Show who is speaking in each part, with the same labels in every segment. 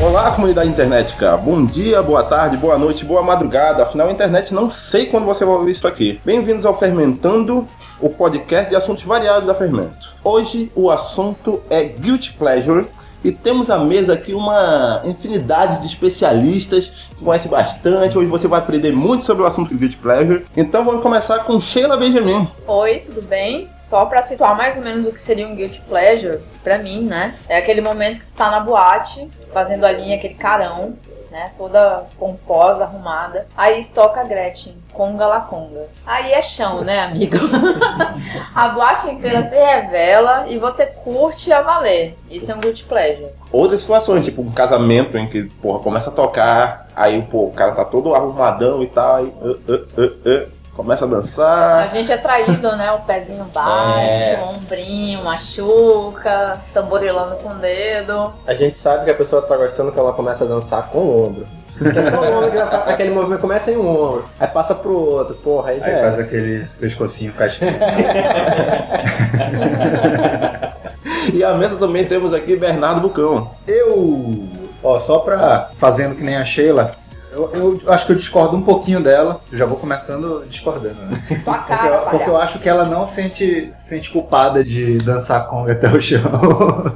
Speaker 1: Olá, comunidade internetica. Bom dia, boa tarde, boa noite, boa madrugada. Afinal, a internet não sei quando você vai ouvir isso aqui. Bem-vindos ao Fermentando, o podcast de assuntos variados da Fermento. Hoje o assunto é Guilty Pleasure. E temos à mesa aqui uma infinidade de especialistas que conhecem bastante. Hoje você vai aprender muito sobre o assunto do Guilty Pleasure. Então vamos começar com Sheila Benjamin.
Speaker 2: Oi, tudo bem? Só pra situar mais ou menos o que seria um guilty pleasure, pra mim, né? É aquele momento que tu tá na boate, fazendo a linha, aquele carão, né? Toda pomposa, arrumada. Aí toca a Gretchen, conga la conga. Aí é chão, né, amigo? a boate inteira se revela e você curte a valer. Isso é um guilty pleasure.
Speaker 1: Outras situações, tipo um casamento em que, porra, começa a tocar, aí pô, o cara tá todo arrumadão e tal, aí, ã, ã, ã, ã, começa a
Speaker 2: A
Speaker 1: dançar.
Speaker 2: gente é traído, né? O pezinho bate,
Speaker 3: É.
Speaker 2: o ombrinho machuca, tamborilando com o dedo.
Speaker 3: A gente sabe que a pessoa tá gostando quando ela começa a dançar com o ombro. Porque é só o ombro que ela faz, aquele movimento começa em um ombro, aí passa pro outro, porra, aí já
Speaker 4: Aí
Speaker 3: é.
Speaker 4: faz aquele pescocinho faz
Speaker 1: E à mesa também temos aqui Bernardo Bucão.
Speaker 4: Eu, ó, só pra fazendo que nem a Sheila, eu, eu acho que eu discordo um pouquinho dela. Eu já vou começando discordando, né?
Speaker 2: Tua
Speaker 4: Porque eu,
Speaker 2: cara,
Speaker 4: porque
Speaker 2: palhaço.
Speaker 4: eu acho que ela não sente, se sente culpada de dançar conga até o chão.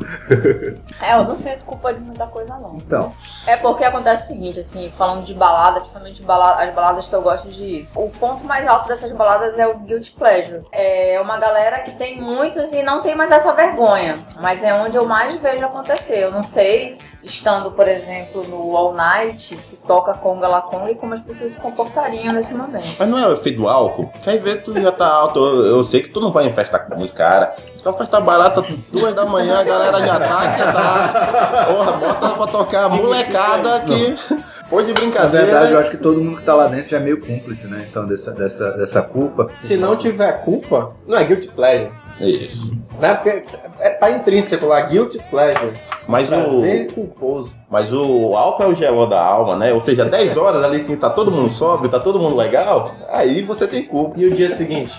Speaker 2: É, eu não sinto culpa de muita coisa, não.
Speaker 4: Então,
Speaker 2: É porque acontece o seguinte, assim, falando de balada, principalmente bala- as baladas que eu gosto de ir. O ponto mais alto dessas baladas é o guilty pleasure. É uma galera que tem muitos e não tem mais essa vergonha. Mas é onde eu mais vejo acontecer. Eu não sei, estando, por exemplo, no All Night, se toca conga la conga e como as pessoas se comportariam nesse momento.
Speaker 1: Mas não é o efeito do álcool? Que aí vê tu já tá alto. Eu, eu sei que tu não vai em festa com muito cara. Então festa barata, duas da manhã, a galera já tá que tá. Porra, bota pra tocar a molecada que foi de
Speaker 4: na
Speaker 1: brincadeira.
Speaker 4: verdade, eu acho que todo mundo que tá lá dentro já é meio cúmplice, né? Então, dessa, dessa, dessa culpa.
Speaker 3: Se não tiver culpa, não é guilty pleasure.
Speaker 1: Isso.
Speaker 3: Né? Porque é- tá intrínseco lá, guilty pleasure.
Speaker 1: Mas o,
Speaker 3: Prazer culposo.
Speaker 1: mas o álcool é o geló da alma, né? Ou seja, 10 horas ali que tá todo mundo sóbrio, tá todo mundo legal, aí você tem culpa.
Speaker 3: E o dia seguinte?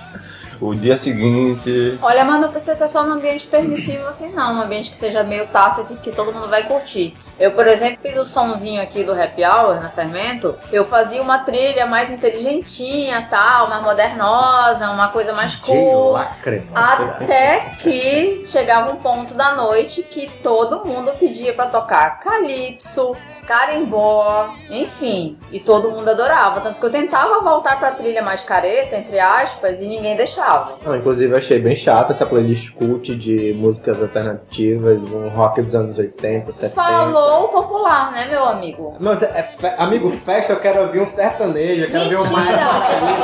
Speaker 1: O dia seguinte.
Speaker 2: Olha, mas não precisa ser só num ambiente permissivo assim, não. Um ambiente que seja meio tácito, que todo mundo vai curtir. Eu, por exemplo, fiz o sonzinho aqui do Happy Hour na Fermento. Eu fazia uma trilha mais inteligentinha, tal, mais modernosa, uma coisa mais
Speaker 4: DJ
Speaker 2: cool.
Speaker 4: Lacre, mano.
Speaker 2: Até que chegava um ponto da noite que todo mundo pedia pra tocar calypso, carimbó, enfim, e todo mundo adorava, tanto que eu tentava voltar pra trilha mais careta, entre aspas, e ninguém deixava.
Speaker 3: Não, inclusive eu achei bem chata essa playlist cult de músicas alternativas, um rock dos anos 80, 70.
Speaker 2: Falou o popular, né, meu amigo?
Speaker 3: Mas é, é fe- amigo, festa eu quero ouvir um sertanejo, eu quero
Speaker 2: Mentira!
Speaker 3: ouvir um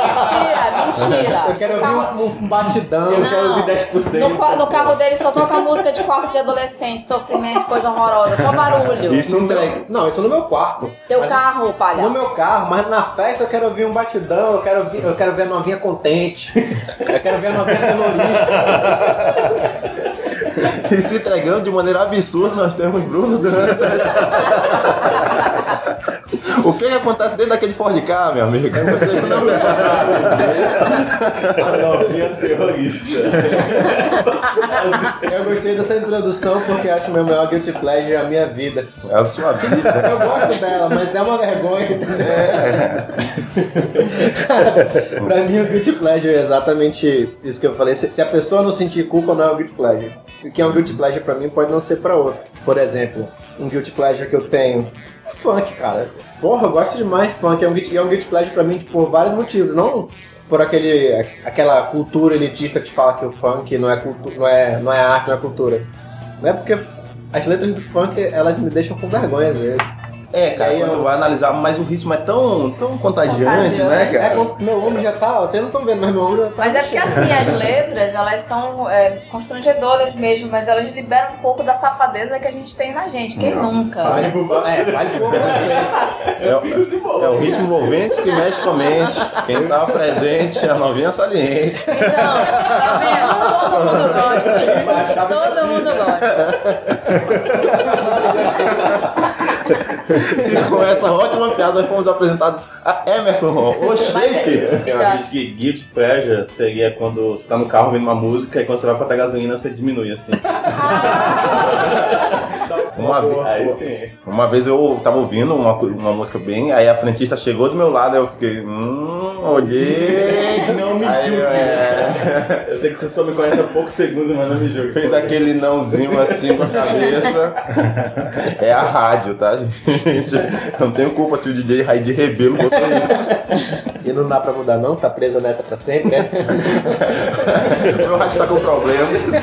Speaker 2: mentira, mentira!
Speaker 3: mais. Eu quero ouvir um, um batidão.
Speaker 2: Eu quero ouvir
Speaker 3: 10%.
Speaker 2: No, qua- no carro dele só toca música de quarto de adolescente, sofrimento, coisa horrorosa, só barulho.
Speaker 1: Isso entrega.
Speaker 3: Não, isso no meu quarto.
Speaker 2: Teu
Speaker 3: Mas-
Speaker 2: carro, palhaço.
Speaker 3: No meu carro, mas na festa eu quero ouvir um batidão, eu quero, ouvir, eu quero ver a novinha contente, eu quero ver a novinha terrorista.
Speaker 1: E se entregando de maneira absurda, nós temos Bruno Dantas. o que, que acontece dentro daquele Ford K, meu amigo? Vocês não
Speaker 5: A novinha terrorista.
Speaker 3: Eu gostei dessa introdução porque eu acho o meu maior guilty pleasure é a minha vida.
Speaker 1: É a sua vida.
Speaker 3: Eu gosto dela, mas é uma vergonha. Cara, pra mim, o guilty pleasure é exatamente isso que eu falei. Se, se a pessoa não sentir culpa, não é um guilty pleasure. O que é um guilty pleasure pra mim pode não ser pra outra. Por exemplo, um guilty pleasure que eu tenho é funk, cara. Porra, eu gosto demais de funk. É um guilty, é um guilty pleasure pra mim por vários motivos. Não por aquele, aquela cultura elitista que fala que o funk não é, cultu, não é, não é arte, não é cultura. Não é porque as letras do funk, elas me deixam com vergonha às vezes.
Speaker 1: É, cara,
Speaker 3: Aí
Speaker 1: quando
Speaker 3: eu-
Speaker 1: vai analisar, mas o ritmo é tão, tão contagiante,
Speaker 2: Contagiante.
Speaker 1: né,
Speaker 3: É,
Speaker 1: cara?
Speaker 3: bom, meu ombro já tá, ó, vocês não estão vendo, mas meu ombro já tá.
Speaker 2: Mas é porque
Speaker 3: mexendo.
Speaker 2: assim, as letras, elas são é, constrangedoras mesmo, mas elas liberam um pouco da safadeza que a gente tem na gente, quem nunca?
Speaker 3: Vale por você. É, vale por você.
Speaker 1: É, é o ritmo envolvente que mexe com a mente. Quem tá presente, a novinha saliente.
Speaker 2: Então, tá vendo? Todo mundo gosta. Todo mundo gosta.
Speaker 1: E com essa ótima piada, fomos apresentados a Emerson Ron, o Shake.
Speaker 5: Eu
Speaker 2: Já.
Speaker 5: acho que guilty pleasure seria quando você tá no carro ouvindo uma música e quando você vai botar gasolina, você diminui assim. Dá um
Speaker 1: Uma vez.
Speaker 5: Aí sim.
Speaker 1: Uma vez eu tava ouvindo uma, co- uma música bem, aí a frentista chegou do meu lado, aí eu fiquei, hum, olhei.
Speaker 5: Não me
Speaker 1: Aí,
Speaker 5: julgue.
Speaker 1: é,
Speaker 5: Eu sei que você só me conhece há poucos segundos, mas não me julgue.
Speaker 1: fez aquele nãozinho assim com a cabeça. É a rádio, tá, gente? Eu Não tenho culpa se o DJ Raid Rebelo botou isso.
Speaker 3: E não dá pra mudar, não? Tá preso nessa pra sempre, né?
Speaker 1: Meu rádio tá com problemas.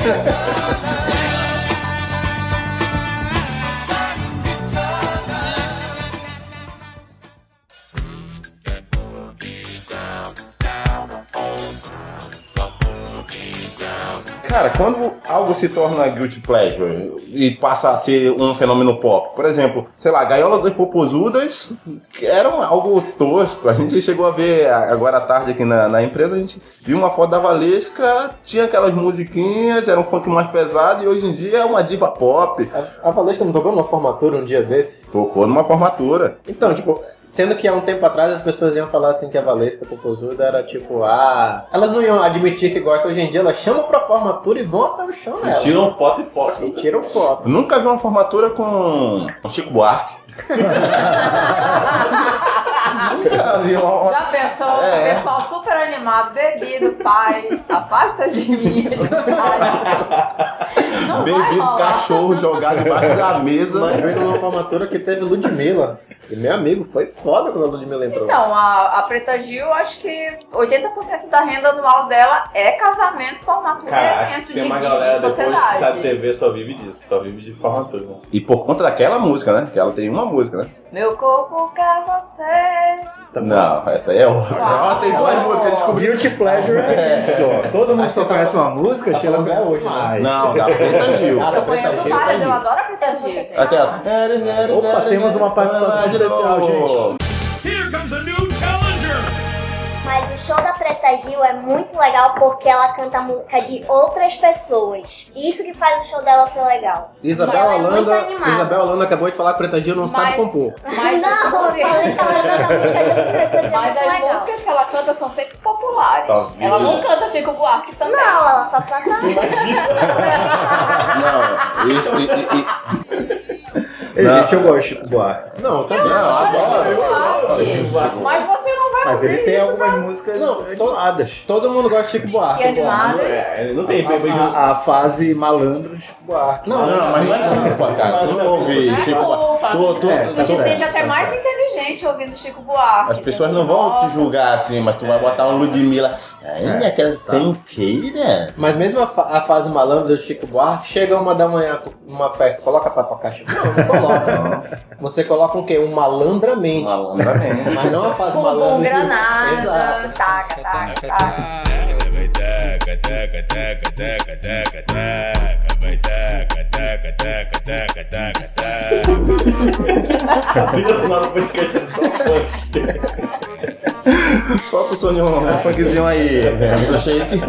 Speaker 1: Cara, quando algo se torna guilty pleasure e passa a ser um fenômeno pop, por exemplo, sei lá, Gaiola das Popozudas, que era um- algo tosco. A gente chegou a ver a- agora à tarde aqui na, na empresa, a gente viu uma foto da Valesca, tinha aquelas musiquinhas, era um funk mais pesado e hoje em dia é uma diva pop.
Speaker 3: A, a Valesca não tocou numa formatura um dia desses?
Speaker 1: Tocou numa formatura.
Speaker 3: Então, tipo, sendo que há um tempo atrás as pessoas iam falar assim que a Valesca Popozuda era tipo, ah. Elas não iam admitir que gostam hoje em dia, elas chamam pra formatura e vão até o chão
Speaker 5: E
Speaker 3: nela.
Speaker 5: Tiram foto e foto.
Speaker 2: Então,
Speaker 3: E tiram foto.
Speaker 1: Nunca vi uma formatura com com Chico Buarque. Nunca vi uma, uma
Speaker 2: Já pensou?
Speaker 1: É.
Speaker 2: O pessoal super animado, bebido, pai, afasta de mim. Não vai
Speaker 1: bebido
Speaker 2: rolar.
Speaker 1: cachorro jogado debaixo da mesa.
Speaker 3: Eu fui numa formatura que teve Ludmilla. E meu amigo, foi foda quando a Ludmilla entrou.
Speaker 2: Então, a, a Preta Gil, acho que 80% da renda anual dela é casamento, formatura
Speaker 5: Cara,
Speaker 2: e
Speaker 5: acho
Speaker 2: evento
Speaker 5: que
Speaker 2: é de,
Speaker 5: tem uma
Speaker 2: de
Speaker 5: galera depois
Speaker 2: sociedade.
Speaker 5: que sabe TV só vive disso, só vive de formatura. né?
Speaker 1: E por conta daquela música, né? Que ela tem uma música, né?
Speaker 2: Meu corpo quer você.
Speaker 3: Tá
Speaker 1: Não, essa aí é outra.
Speaker 2: Ah.
Speaker 1: Ela tem duas músicas,
Speaker 4: O
Speaker 1: descobri.
Speaker 4: Guilty Pleasure é isso. ó. Todo mundo só conhece uma música,
Speaker 3: tá
Speaker 4: Sheila
Speaker 3: falando
Speaker 4: conhece
Speaker 3: é hoje, né?
Speaker 4: mais.
Speaker 1: Não, da Preta Gil.
Speaker 3: Ah,
Speaker 2: Eu
Speaker 3: Preta
Speaker 2: conheço
Speaker 3: Gil,
Speaker 2: várias,
Speaker 3: Preta
Speaker 2: eu
Speaker 3: Gil.
Speaker 2: adoro a Preta Gil, gente.
Speaker 1: Aquela.
Speaker 4: Opa, temos uma participação especial, gente.
Speaker 6: Mas o show da Preta Gil é muito legal porque ela canta música de outras pessoas. Isso que faz o show dela ser legal.
Speaker 3: Isabel
Speaker 6: Ela é muito
Speaker 3: Holanda,
Speaker 6: animada.
Speaker 3: Isabel Holanda acabou de falar que Preta Gil não sabe compor.
Speaker 2: Mas,
Speaker 6: não, eu falei que ela canta música de outras pessoas. é
Speaker 2: mas
Speaker 6: muito
Speaker 2: as
Speaker 6: legal.
Speaker 2: músicas que ela canta são sempre populares.
Speaker 1: Tá
Speaker 5: Só vive.
Speaker 2: Ela não canta Chico Buarque também.
Speaker 6: Não, ela só canta.
Speaker 1: Não, isso. E, e- e-
Speaker 4: Ei,
Speaker 1: Não.
Speaker 4: gente, eu gosto de Chico Buarque.
Speaker 3: Não, tá
Speaker 1: Não, adoro.
Speaker 2: Buarque. Mas você não vai
Speaker 4: Mas
Speaker 2: ouvir
Speaker 4: ele tem
Speaker 2: isso,
Speaker 4: algumas músicas
Speaker 3: Não, tô-
Speaker 4: animadas.
Speaker 3: Todo mundo gosta de Chico Buarque.
Speaker 2: E animadas.
Speaker 5: É, ele não tem
Speaker 4: A,
Speaker 5: bem
Speaker 2: Ah,
Speaker 4: a- a fase malandro Chico Buarque.
Speaker 3: Não,
Speaker 1: Não, mas não é culpa, cara. Tu não tipo, ouvi
Speaker 2: Não é
Speaker 1: Chico
Speaker 2: culpa.
Speaker 1: Buarque. Tu, tu,
Speaker 4: É, tá
Speaker 2: Tu te
Speaker 1: tu-
Speaker 4: certo.
Speaker 2: sente até mais inteligente ouvindo Chico Buarque.
Speaker 1: As pessoas
Speaker 2: Então,
Speaker 1: não vão te
Speaker 2: nossa,
Speaker 1: julgar assim, mas tu vai botar um Ludmilla. Ai, aquela penqueira.
Speaker 3: Mas mesmo a, fa- a fase malandra do Chico Buarque, chega uma da manhã numa festa, coloca pra tocar Chico Buarque? Não, não coloca. Você coloca o quê? Um malandramente.
Speaker 1: Malandramente.
Speaker 3: Mas não a fase
Speaker 2: Com
Speaker 3: malandra.
Speaker 2: bom
Speaker 3: que-
Speaker 2: granada, Tá,
Speaker 3: Exato. Tá,
Speaker 2: taca, taca, taca. ah,
Speaker 5: A trilha sonora do podcast é só funk.
Speaker 1: Solta o som de um um funkzinho aí. Hamza Shake.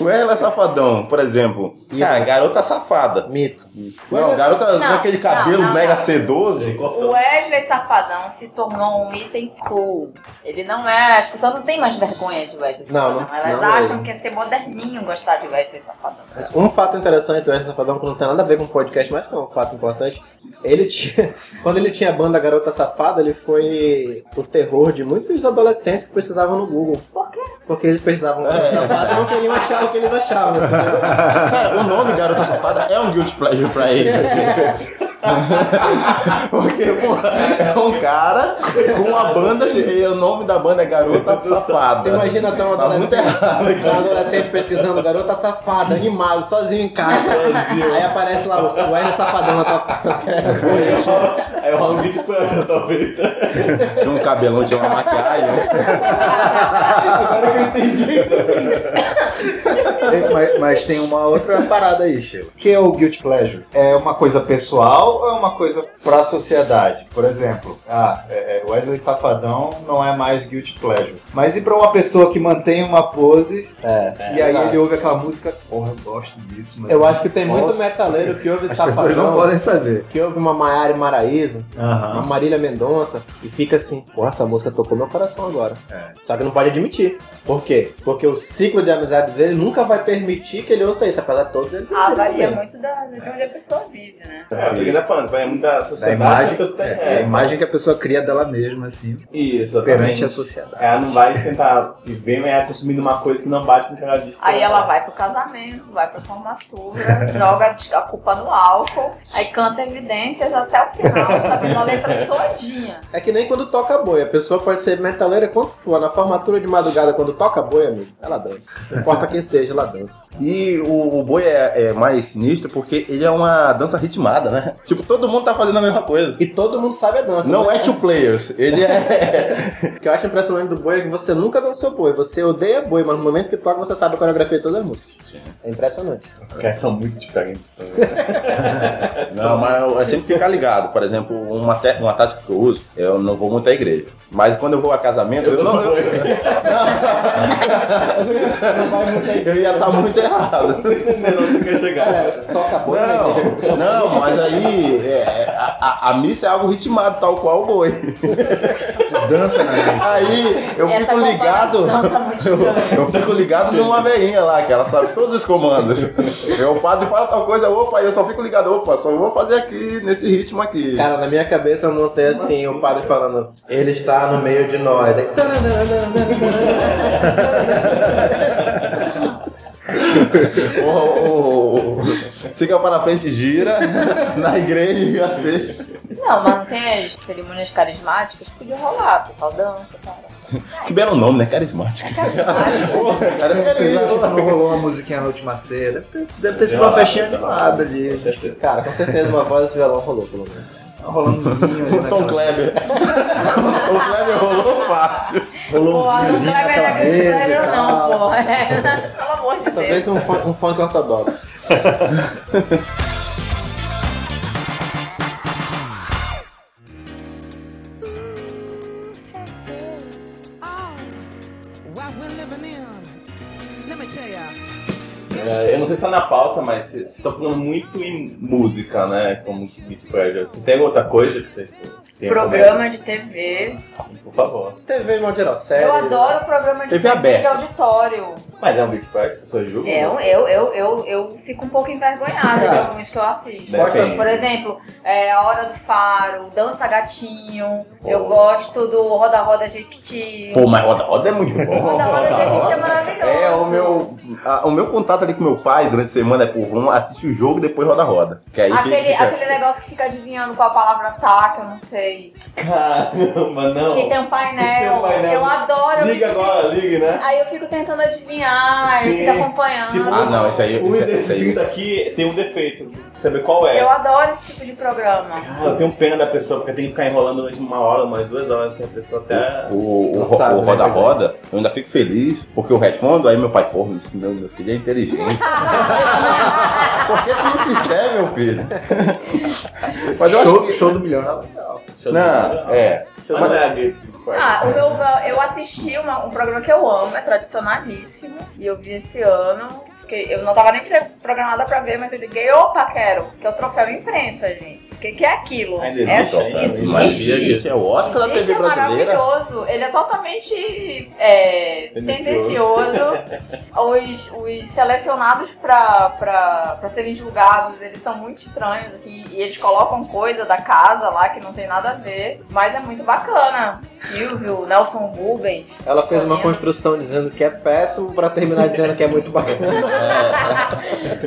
Speaker 1: O Erla Safadão, por exemplo. Cara, garota safada.
Speaker 3: Mito.
Speaker 1: Não, garota
Speaker 2: Não,
Speaker 1: com aquele
Speaker 2: não,
Speaker 1: cabelo
Speaker 2: não,
Speaker 1: mega
Speaker 2: não.
Speaker 1: sedoso.
Speaker 5: Ele cortou.
Speaker 2: O Wesley Safadão se tornou um item cool. Ele não é. As pessoas não têm mais vergonha de Wesley
Speaker 3: Não,
Speaker 2: Safadão.
Speaker 3: não-
Speaker 2: Elas
Speaker 3: não
Speaker 2: acham
Speaker 3: mesmo.
Speaker 2: que é ser moderninho gostar de Wesley Safadão.
Speaker 3: Um fato interessante do Wesley Safadão, que não tem nada a ver com o podcast, mas que é um fato importante, ele tinha, quando ele tinha a banda Garota Safada, ele foi o terror de muitos adolescentes que pesquisavam no Google. Por quê? Porque eles pesquisavam Garota Safada e não queriam achar o que eles achavam. entendeu?
Speaker 1: Cara, o nome Garota Safada é um guilty pleasure pra ele. assim. Porque, pô, é um cara com uma banda e o nome da banda é Garota Safada.
Speaker 3: Tu imagina até um
Speaker 1: Tá muito
Speaker 3: adolescente, um adolescente pesquisando Garota Safada, animado, sozinho em casa. Aí aparece lá o Wesley Safadão na tua...
Speaker 5: É o Hong Esperanto, talvez.
Speaker 1: Tinha um cabelão, tinha uma maquiagem. né?
Speaker 5: Agora que eu entendi.
Speaker 2: então.
Speaker 4: Tem- mas, mas tem uma outra parada aí, Sheila. Que é o guilt pleasure? É uma coisa pessoal ou é uma coisa pra sociedade? Por exemplo, ah, é, é, Wesley Safadão não é mais guilt pleasure. Mas e pra uma pessoa que mantém uma pose é,
Speaker 2: É,
Speaker 4: e aí
Speaker 3: exato.
Speaker 4: ele ouve aquela música, porra, eu gosto disso, mano.
Speaker 3: Eu acho que tem muito
Speaker 4: Nossa.
Speaker 3: metaleiro que ouve
Speaker 4: As pessoas
Speaker 3: Safadão,
Speaker 4: não podem saber.
Speaker 3: que ouve uma Maiara e Maraíza, assim.
Speaker 1: Ah.
Speaker 3: Uma Marília Mendonça e fica assim, pô, essa música tocou meu coração agora.
Speaker 1: É.
Speaker 3: Só que não pode admitir. Por quê? Porque o ciclo de amizade dele nunca vai permitir que ele ouça isso, apesar de todos eles.
Speaker 2: Ah, varia muito da, de onde a pessoa vive, né?
Speaker 5: É, porque ele é fã, vai muito da
Speaker 4: Da
Speaker 5: sociedade.
Speaker 4: imagem,
Speaker 5: da pessoa-
Speaker 4: é, a imagem que a pessoa cria dela mesma, assim,
Speaker 5: Isso,
Speaker 4: perante
Speaker 5: exatamente.
Speaker 4: a sociedade.
Speaker 5: Ela não vai tentar viver, mas ela consumindo uma coisa que não bate com o que ela diz. que
Speaker 2: Aí ela vai pro casamento, vai pra formatura, joga a culpa no álcool, aí canta evidências até o final, sabendo a letra todinha.
Speaker 3: É que nem quando toca boi. A pessoa pode ser metaleira quanto for. Na formatura de madrugada, quando toca boi, amigo, ela dança. Não importa quem seja, ela dança.
Speaker 1: E o, o boi é, é mais sinistro porque ele é uma dança ritmada, né? Tipo, todo mundo tá fazendo a mesma coisa.
Speaker 3: E todo mundo sabe a dança.
Speaker 1: Não
Speaker 3: né?
Speaker 1: é two players, ele é.
Speaker 3: O que eu acho impressionante do boi é que você nunca dançou boi. Você odeia boi, mas no momento que toca, você sabe a coreografia de todas as músicas. É impressionante.
Speaker 5: Porque elas são muito diferentes também.
Speaker 1: Não, mas é sempre ficar ligado. Por exemplo, uma, te- uma tática que eu uso, eu não vou muito à igreja. Mas quando eu vou a casamento, eu, não. Eu, É. eu ia estar muito errado.
Speaker 5: Entendendo onde você quer chegar.
Speaker 3: Toca boi, né?
Speaker 1: Não, não, mas aí é, a, a- a missa é algo ritmado, tal qual o boi.
Speaker 4: Dança na gente.
Speaker 1: Aí eu
Speaker 2: Essa
Speaker 1: fico ligado.
Speaker 2: comparação tá muito
Speaker 1: Eu,
Speaker 2: estranha.
Speaker 1: eu fico ligado numa veinha lá, que ela sabe todos os comandos. Eu, o padre fala tal coisa, opa, eu só fico ligado, opa, só vou fazer aqui, nesse ritmo aqui.
Speaker 3: Cara, na minha cabeça eu montei assim, o padre falando, ele está no meio de nós. Aí,
Speaker 1: O- o- o- Siga para frente, gira, na igreja ia ser.
Speaker 2: Não, mas não tem as cerimônias carismáticas? Podia rolar, o pessoal dança, cara.
Speaker 1: Que belo nome, né? Carismático.
Speaker 2: Carismático.
Speaker 1: Porra, cara, é
Speaker 4: Vocês acham que
Speaker 1: carismático.
Speaker 4: não rolou uma musiquinha na última ceia? Deve ter, deve ter sido
Speaker 5: Tem
Speaker 4: uma
Speaker 5: uma
Speaker 4: festinha de
Speaker 5: lata,
Speaker 4: lado ali. tá
Speaker 3: Cara, com certeza uma voz e violão rolou, pelo menos.
Speaker 4: Rolando um vinho ali
Speaker 1: O Tom
Speaker 4: naquela-
Speaker 1: Kleber. O Kleber rolou fácil.
Speaker 4: Rolou
Speaker 2: Porra,
Speaker 4: um
Speaker 2: não
Speaker 4: vinhozinho
Speaker 2: vai ganhar
Speaker 4: naquela
Speaker 2: grande
Speaker 4: mesa
Speaker 2: prêmio,
Speaker 4: e
Speaker 2: não,
Speaker 4: tal.
Speaker 2: porra. Pelo amor de Deus.
Speaker 3: Talvez um, fun- um funk ortodoxo.
Speaker 7: Oh, what we're living in. Let me tell ya.
Speaker 5: É, eu não sei se tá na pauta, mas vocês estão falando muito em música, né? Como Beat Pleasure. Você tem alguma outra coisa que vocês têm?
Speaker 2: Programa de TV.
Speaker 5: Por favor.
Speaker 3: TV de Monteiro Série.
Speaker 2: Eu adoro programa de
Speaker 1: TV aberta.
Speaker 2: de auditório.
Speaker 5: Mas é um Beat Pleasure, a pessoa julga.
Speaker 2: Eu, eu, eu, eu, eu fico um pouco envergonhada de alguns que eu assisto.
Speaker 5: É. Depende.
Speaker 2: Por exemplo, é, A Hora do Faro, Dança Gatinho, eu gosto do Roda Roda Jequiti.
Speaker 1: Pô, mas roda, roda é muito bom.
Speaker 2: Roda Roda Jequiti é maravilhoso.
Speaker 1: É, o meu, a- o meu contato ali com meu pai durante a semana é por vamos assiste o jogo depois roda roda. Que aí
Speaker 2: Aquele,
Speaker 1: fica-
Speaker 2: aquele negócio que fica adivinhando qual palavra tá, que eu não sei.
Speaker 5: Caramba, não.
Speaker 2: Que tem um painel.
Speaker 5: Tem um painel.
Speaker 2: Eu adoro. eu
Speaker 5: Liga
Speaker 2: fico
Speaker 5: agora, liga, né?
Speaker 2: Aí eu fico tentando adivinhar, eu
Speaker 5: Sim.
Speaker 2: fico acompanhando.
Speaker 5: Tipo,
Speaker 1: Ah, não, isso aí.
Speaker 5: Um
Speaker 1: Isso,
Speaker 5: desses
Speaker 1: isso aí
Speaker 5: 30 aqui tem um defeito. Saber qual é?
Speaker 2: Eu adoro esse tipo de programa.
Speaker 5: Ah, eu tenho pena da pessoa, porque tem que ficar enrolando durante uma hora, umas duas horas, que a pessoa até.
Speaker 1: O, o,
Speaker 3: Não
Speaker 1: ro-
Speaker 3: sabe,
Speaker 1: o
Speaker 3: né,
Speaker 1: Roda
Speaker 3: mas é
Speaker 1: Roda,
Speaker 3: isso.
Speaker 1: eu ainda fico feliz, porque eu respondo, aí meu pai, porra, meu, meu filho é inteligente. Por que tu não se inscreve, meu filho? Mas eu acho
Speaker 4: Show,
Speaker 1: que...
Speaker 4: show do milhão.
Speaker 5: Deixa eu
Speaker 1: Não,
Speaker 5: ver.
Speaker 1: é.
Speaker 5: Deixa eu
Speaker 1: Mas-
Speaker 5: olhar aqui, tipo,
Speaker 2: Ah, o meu, eu assisti uma- um programa que eu amo, é tradicionalíssimo, e eu vi esse ano. fiquei- Eu não tava nem pre- programada pra ver, mas eu liguei, opa, quero, que é o troféu imprensa, gente. O que, que é aquilo?
Speaker 5: Ainda
Speaker 2: é,
Speaker 5: existe, né? ainda
Speaker 1: Mas,
Speaker 2: existe.
Speaker 1: gente, é o Oscar da
Speaker 2: Existe,
Speaker 1: TV
Speaker 2: é
Speaker 1: brasileira.
Speaker 2: maravilhoso. Ele é totalmente é, tendencioso.
Speaker 5: Tendencioso.
Speaker 2: os, os selecionados pra, pra, pra serem julgados, eles são muito estranhos, assim, e eles colocam coisa da casa lá que não tem nada a ver. Mas é muito bacana. Silvio, Nelson Rubens.
Speaker 3: Ela fez uma construção dizendo que é péssimo pra terminar dizendo que é muito bacana.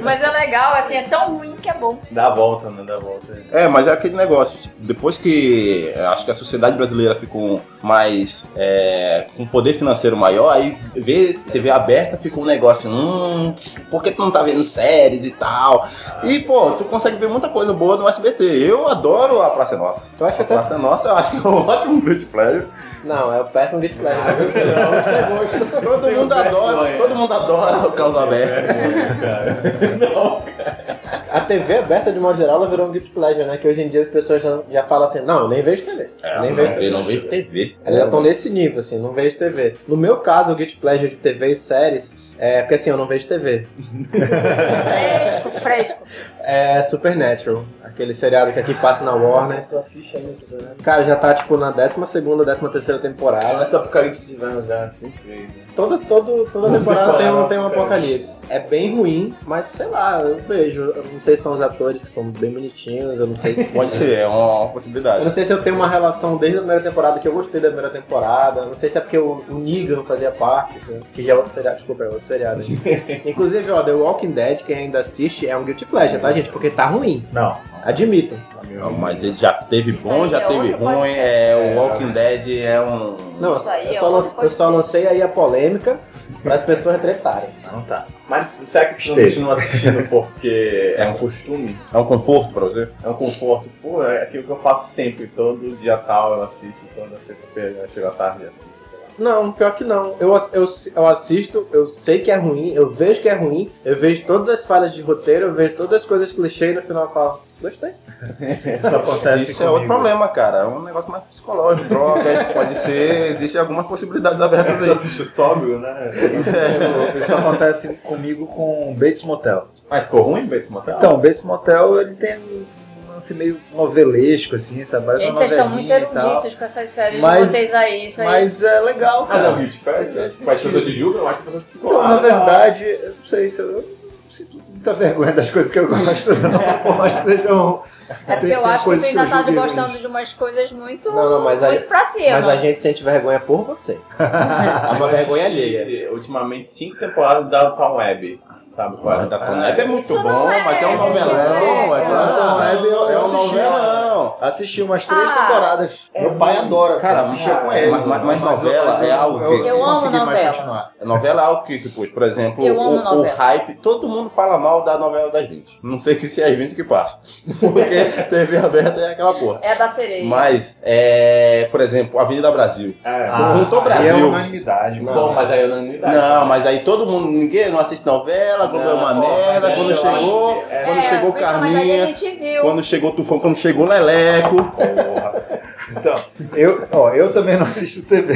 Speaker 2: Mas é legal, assim, é tão ruim que é bom.
Speaker 5: Dá a volta, né? Dá a volta.
Speaker 1: É, mas é aquele negócio, tipo, depois que é, acho que a sociedade brasileira ficou mais é, com poder financeiro maior, aí ver TV aberta fica um negócio, hum, por que tu não tá vendo séries e tal? E, pô, tu consegue ver muita coisa boa no SBT. Eu adoro a Praça é Nossa.
Speaker 3: Eu acho
Speaker 1: A
Speaker 3: até.
Speaker 1: Praça é Nossa, eu acho que é um ótimo guilty pleasure.
Speaker 3: Não, é o péssimo Beat Flash. Gosto é gosto.
Speaker 1: Todo
Speaker 5: Tenho
Speaker 1: mundo adora,
Speaker 5: vergonha.
Speaker 1: todo mundo adora o Caos Aberto.
Speaker 5: É, cara. Não,
Speaker 3: a TV aberta, de modo geral, ela virou um guilty pleasure, né? Que hoje em dia as pessoas já, já falam assim, não, eu nem vejo TV.
Speaker 1: É,
Speaker 3: nem
Speaker 1: não
Speaker 3: vejo
Speaker 1: vejo- não vejo TV.
Speaker 3: Elas já estão nesse nível, assim, não vejo TV. No meu caso, o Guilty Pleasure de TV e séries, é porque assim, eu não vejo TV.
Speaker 2: Fresco, fresco.
Speaker 3: É Supernatural, aquele seriado que aqui passa na Warner.
Speaker 8: Tu assiste ainda, tá vendo?
Speaker 3: Cara, já tá tipo na 12 segunda, 13 terceira temporada.
Speaker 5: Esse apocalipse de inverno já se fez, né?
Speaker 3: Toda, todo, toda
Speaker 5: Muito
Speaker 3: temporada tem um,
Speaker 5: bom,
Speaker 3: tem um
Speaker 5: sério.
Speaker 3: apocalipse. É bem ruim, mas sei lá, eu vejo. Eu não sei se são os atores que são bem bonitinhos, eu não sei se.
Speaker 1: Pode ser, é uma
Speaker 3: Eu não
Speaker 1: possibilidade.
Speaker 3: sei se eu tenho uma relação desde a primeira temporada que eu gostei da primeira temporada. Eu Não sei se é porque o, o Negan fazia parte, né? que já é outro seriado. Desculpa, é outro seriado. gente. Inclusive, ó, The Walking Dead, quem ainda assiste, é um guilty pleasure, tá, gente? Porque tá ruim.
Speaker 4: Não.
Speaker 3: Admito.
Speaker 1: Não, mas ele já teve
Speaker 2: Isso
Speaker 1: bom,
Speaker 2: aí
Speaker 1: já
Speaker 2: é
Speaker 1: teve
Speaker 2: outro
Speaker 1: ruim.
Speaker 2: podcast.
Speaker 1: É, o Walking Dead é um.
Speaker 3: Não, eu,
Speaker 2: Isso aí
Speaker 3: eu
Speaker 2: é
Speaker 3: só
Speaker 2: outro
Speaker 3: lan- eu só lancei aí a polêmica para as pessoas tretarem.
Speaker 4: Não tá.
Speaker 5: Mas será que tu não
Speaker 4: Esteja.
Speaker 5: continua assistindo porque é um costume?
Speaker 1: É um conforto pra você?
Speaker 5: É um conforto. Pô, é aquilo que eu faço sempre. Todo dia tal eu assisto, toda sexta-feira eu chego à tarde e assisto. sei lá.
Speaker 3: Não, pior que não. Eu, ass- eu, eu assisto, eu sei que é ruim, eu vejo que é ruim, eu vejo todas as falhas de roteiro, eu vejo todas as coisas clichê e no final eu falo, gostei.
Speaker 4: Isso acontece
Speaker 1: Isso é outro
Speaker 4: comigo.
Speaker 1: problema, cara. É um negócio mais psicológico. Drogas, pode ser. Existem algumas possibilidades abertas
Speaker 5: Tu
Speaker 1: aí.
Speaker 5: assiste sóbrio, né?
Speaker 4: Isso acontece comigo com Bates Motel.
Speaker 5: Mas ficou ruim, Beto Motel?
Speaker 4: Então, Bates Motel, ele tem um lance meio novelesco, assim, sabe? Mais
Speaker 2: Gente,
Speaker 4: uma
Speaker 2: vocês estão muito
Speaker 4: novelinha e tal.
Speaker 2: eruditos com essas séries
Speaker 4: Mas-
Speaker 2: de vocês aí. Isso aí.
Speaker 4: Mas é legal,
Speaker 5: Ah,
Speaker 4: cara.
Speaker 5: não, Guilty Pleasure. Tipo, as pessoas te julgam, acho que as pessoas ficam
Speaker 4: Então,
Speaker 5: ah,
Speaker 4: na
Speaker 5: tá.
Speaker 4: verdade, eu não sei se eu, eu sinto muita vergonha das coisas que eu gosto, não. Por mais que sejam.
Speaker 2: é porque
Speaker 4: tem-
Speaker 2: eu
Speaker 4: tem
Speaker 2: acho que
Speaker 4: coisas
Speaker 2: tu ainda
Speaker 4: eu
Speaker 2: tá
Speaker 4: julguei ruim.
Speaker 2: gostando de umas coisas muito,
Speaker 3: Não, não, mas aí-
Speaker 2: muito pra cima.
Speaker 3: Mas a gente sente vergonha por você. É uma vergonha alheia.
Speaker 5: E, Ultimamente, cinco temporadas da Tom Web. Sabe qual é?
Speaker 1: Mas da Tom Web é muito
Speaker 2: Isso não
Speaker 1: bom,
Speaker 2: é,
Speaker 1: mas é um
Speaker 2: não é,
Speaker 1: novelão.
Speaker 2: não é.
Speaker 1: É claro.
Speaker 4: Tom Web eu-
Speaker 1: É
Speaker 4: eu
Speaker 1: um
Speaker 4: assisti.
Speaker 1: novelão.
Speaker 4: Assisti umas três
Speaker 2: Ah.
Speaker 4: temporadas. Meu pai adora,
Speaker 1: Cara,
Speaker 4: cara. Assistia com
Speaker 5: mas-
Speaker 4: ele.
Speaker 1: mas- mas
Speaker 4: eu-
Speaker 1: novela
Speaker 4: mas
Speaker 1: é algo que-
Speaker 2: Eu
Speaker 4: não
Speaker 2: amo
Speaker 4: consegui mais
Speaker 2: novela.
Speaker 4: continuar.
Speaker 1: Novela é algo que, que, pô, por exemplo,
Speaker 2: Eu amo
Speaker 1: o, o
Speaker 2: novela.
Speaker 1: hype, todo mundo fala mal da novela das 20. Não sei que se é as 20 que passa. Porque TV aberta é aquela porra.
Speaker 2: É a da sereia.
Speaker 1: Mas, é, por exemplo, Avenida Brasil.
Speaker 5: É.
Speaker 4: Ah.
Speaker 1: Voltou
Speaker 4: aí
Speaker 1: Brasil.
Speaker 4: É unanimidade, mano.
Speaker 5: Bom, mas aí eu não me dá.
Speaker 1: Não, mas aí todo mundo, ninguém não assiste novela, Globo é uma
Speaker 5: Não,
Speaker 1: merda,
Speaker 5: mas
Speaker 1: quando
Speaker 5: aí eu
Speaker 1: chegou,
Speaker 5: acho que é.
Speaker 1: quando chegou
Speaker 2: então, Mas aí a
Speaker 1: Carminha,
Speaker 2: gente viu.
Speaker 1: quando chegou Tufão, quando chegou Leleco.
Speaker 4: Então, eu, ó, eu também não assisto TV.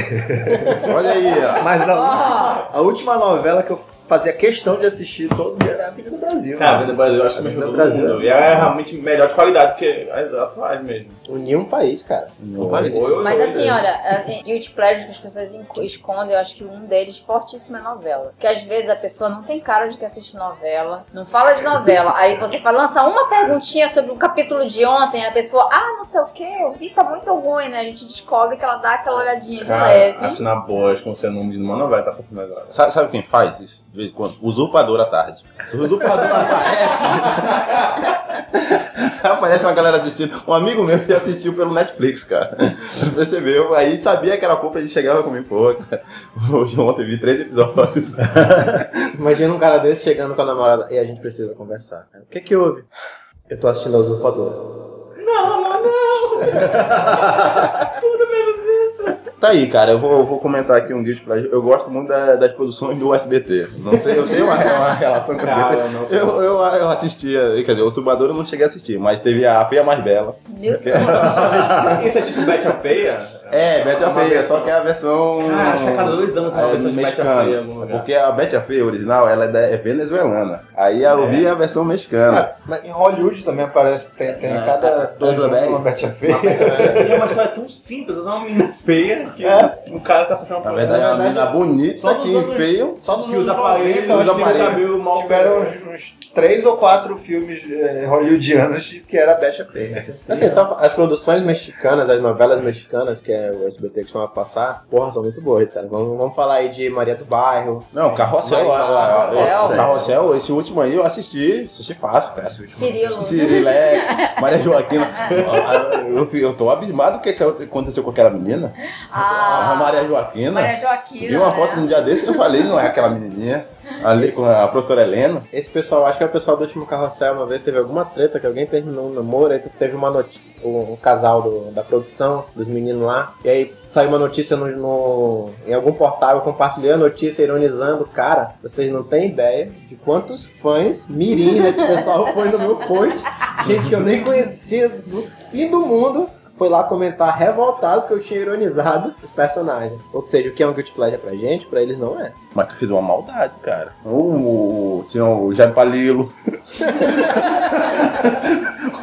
Speaker 1: Olha aí, ó.
Speaker 4: Mas a
Speaker 2: Ah.
Speaker 4: última,
Speaker 2: Ó,
Speaker 4: a última novela que eu fazia questão de assistir todo dia era a Avenida Brasil.
Speaker 5: Cara,
Speaker 4: mano.
Speaker 5: no Brasil, eu acho que
Speaker 4: Avenida
Speaker 5: mexeu todo
Speaker 4: Brasil.
Speaker 5: mundo. E é realmente melhor de qualidade que as atuais mesmo.
Speaker 3: Unir um país, cara.
Speaker 5: Ou eu-
Speaker 2: mas
Speaker 5: ou eu-
Speaker 2: assim, olha, assim, guilty pleasure que as pessoas enco- escondem, eu acho que um deles fortíssimo é novela. Porque às vezes a pessoa não tem cara de que assiste novela, não fala de novela. Aí você fala, lança uma perguntinha sobre um capítulo de ontem, a pessoa, ah, não sei o que, eu vi, tá muito ruim, né? A gente descobre que ela dá aquela olhadinha de
Speaker 5: Cara, assim,
Speaker 2: leve.
Speaker 5: assinar boas com o seu nome de uma novela tá passando agora.
Speaker 1: Sabe, sabe quem faz isso? De vez em quando? Usurpador à tarde. Se o usurpador aparece.
Speaker 5: é
Speaker 1: aparece uma galera assistindo. Um amigo meu que assistiu pelo Netflix, cara. Percebeu? Aí sabia que era culpa, ele chegava comigo, pô, cara. Hoje ontem vi três episódios.
Speaker 3: Imagina um cara desse chegando com a namorada e a gente precisa conversar. O que que houve? Eu tô assistindo a Usurpadora.
Speaker 1: Tá aí, cara. Eu vou, eu vou comentar aqui um guilty pleasure. Eu gosto muito da- das produções do SBT. Não sei, eu tenho uma, uma relação com o
Speaker 5: Cara,
Speaker 1: SBT.
Speaker 5: eu não-
Speaker 1: Eu, eu, eu assistia, quer dizer, o Subador eu não cheguei a assistir, mas teve a Feia Mais Bela.
Speaker 2: Meu
Speaker 1: que-
Speaker 5: Isso é tipo Betty a Feia?
Speaker 1: É, Betty a
Speaker 5: Uma
Speaker 1: Feia,
Speaker 5: versão-
Speaker 1: só que é a versão.
Speaker 5: Cara, acho que a cada dois anos tem uma
Speaker 1: é,
Speaker 5: versão de Betty a Feia em algum
Speaker 1: mexicana.
Speaker 5: lugar.
Speaker 1: Porque a Betty a Feia original ela é, da- é venezuelana. Aí eu
Speaker 5: É.
Speaker 1: vi a versão mexicana.
Speaker 4: Mas em Hollywood também aparece, tem, tem
Speaker 1: É,
Speaker 4: cada
Speaker 1: tá-
Speaker 4: dois
Speaker 1: tudo
Speaker 4: anos
Speaker 1: bem.
Speaker 4: uma Betty feia.
Speaker 5: E é uma história tão simples, é só uma menina feia que um cara se apaixona por
Speaker 1: Na verdade, é uma menina
Speaker 4: só
Speaker 1: bonita
Speaker 4: nos
Speaker 1: que
Speaker 4: anos-
Speaker 1: veio.
Speaker 4: Só
Speaker 5: Que usa aparelho, um
Speaker 1: usa
Speaker 5: que tem
Speaker 1: aparelho.
Speaker 5: cabelo mal
Speaker 4: Tiveram um uns, uns três ou quatro filmes eh, hollywoodianos que era Betty feia.
Speaker 3: Assim, só as produções mexicanas, as novelas mexicanas, que é o SBT que costuma passar, porra, são muito boas, cara. Vamos, vamos falar aí de Maria do Bairro.
Speaker 1: Não, Carrossel.
Speaker 3: Vai,
Speaker 1: a- a-
Speaker 2: Carrossel.
Speaker 1: esse- Carrossel, esse último aí eu assisti, assisti fácil, cara.
Speaker 2: Cirilo.
Speaker 1: Cirilex, Maria Joaquina. Eu, fi- eu tô abismado com o que que aconteceu com aquela menina.
Speaker 2: Ah,
Speaker 1: a Maria Joaquina.
Speaker 2: Maria Joaquina.
Speaker 1: Vi uma
Speaker 2: né?
Speaker 1: foto num dia desse e eu falei, não é aquela menininha. ali com a professora Helena.
Speaker 3: Esse pessoal, acho que é o pessoal do último carrossel, uma vez teve alguma treta que alguém terminou um namoro, aí teve uma notícia, um casal do- da produção, dos meninos lá, e aí saiu uma notícia no, no- em algum portal, eu compartilhei a notícia ironizando, cara, vocês não têm ideia de quantos fãs mirim desse pessoal foi no meu post, gente que eu nem conhecia do fim do mundo. Foi lá comentar revoltado que eu tinha ironizado os personagens. Ou seja, o que é um guilty pleasure pra gente, pra eles não é.
Speaker 1: Mas tu fez uma maldade, cara. O, o, tinha o Jair Palilo.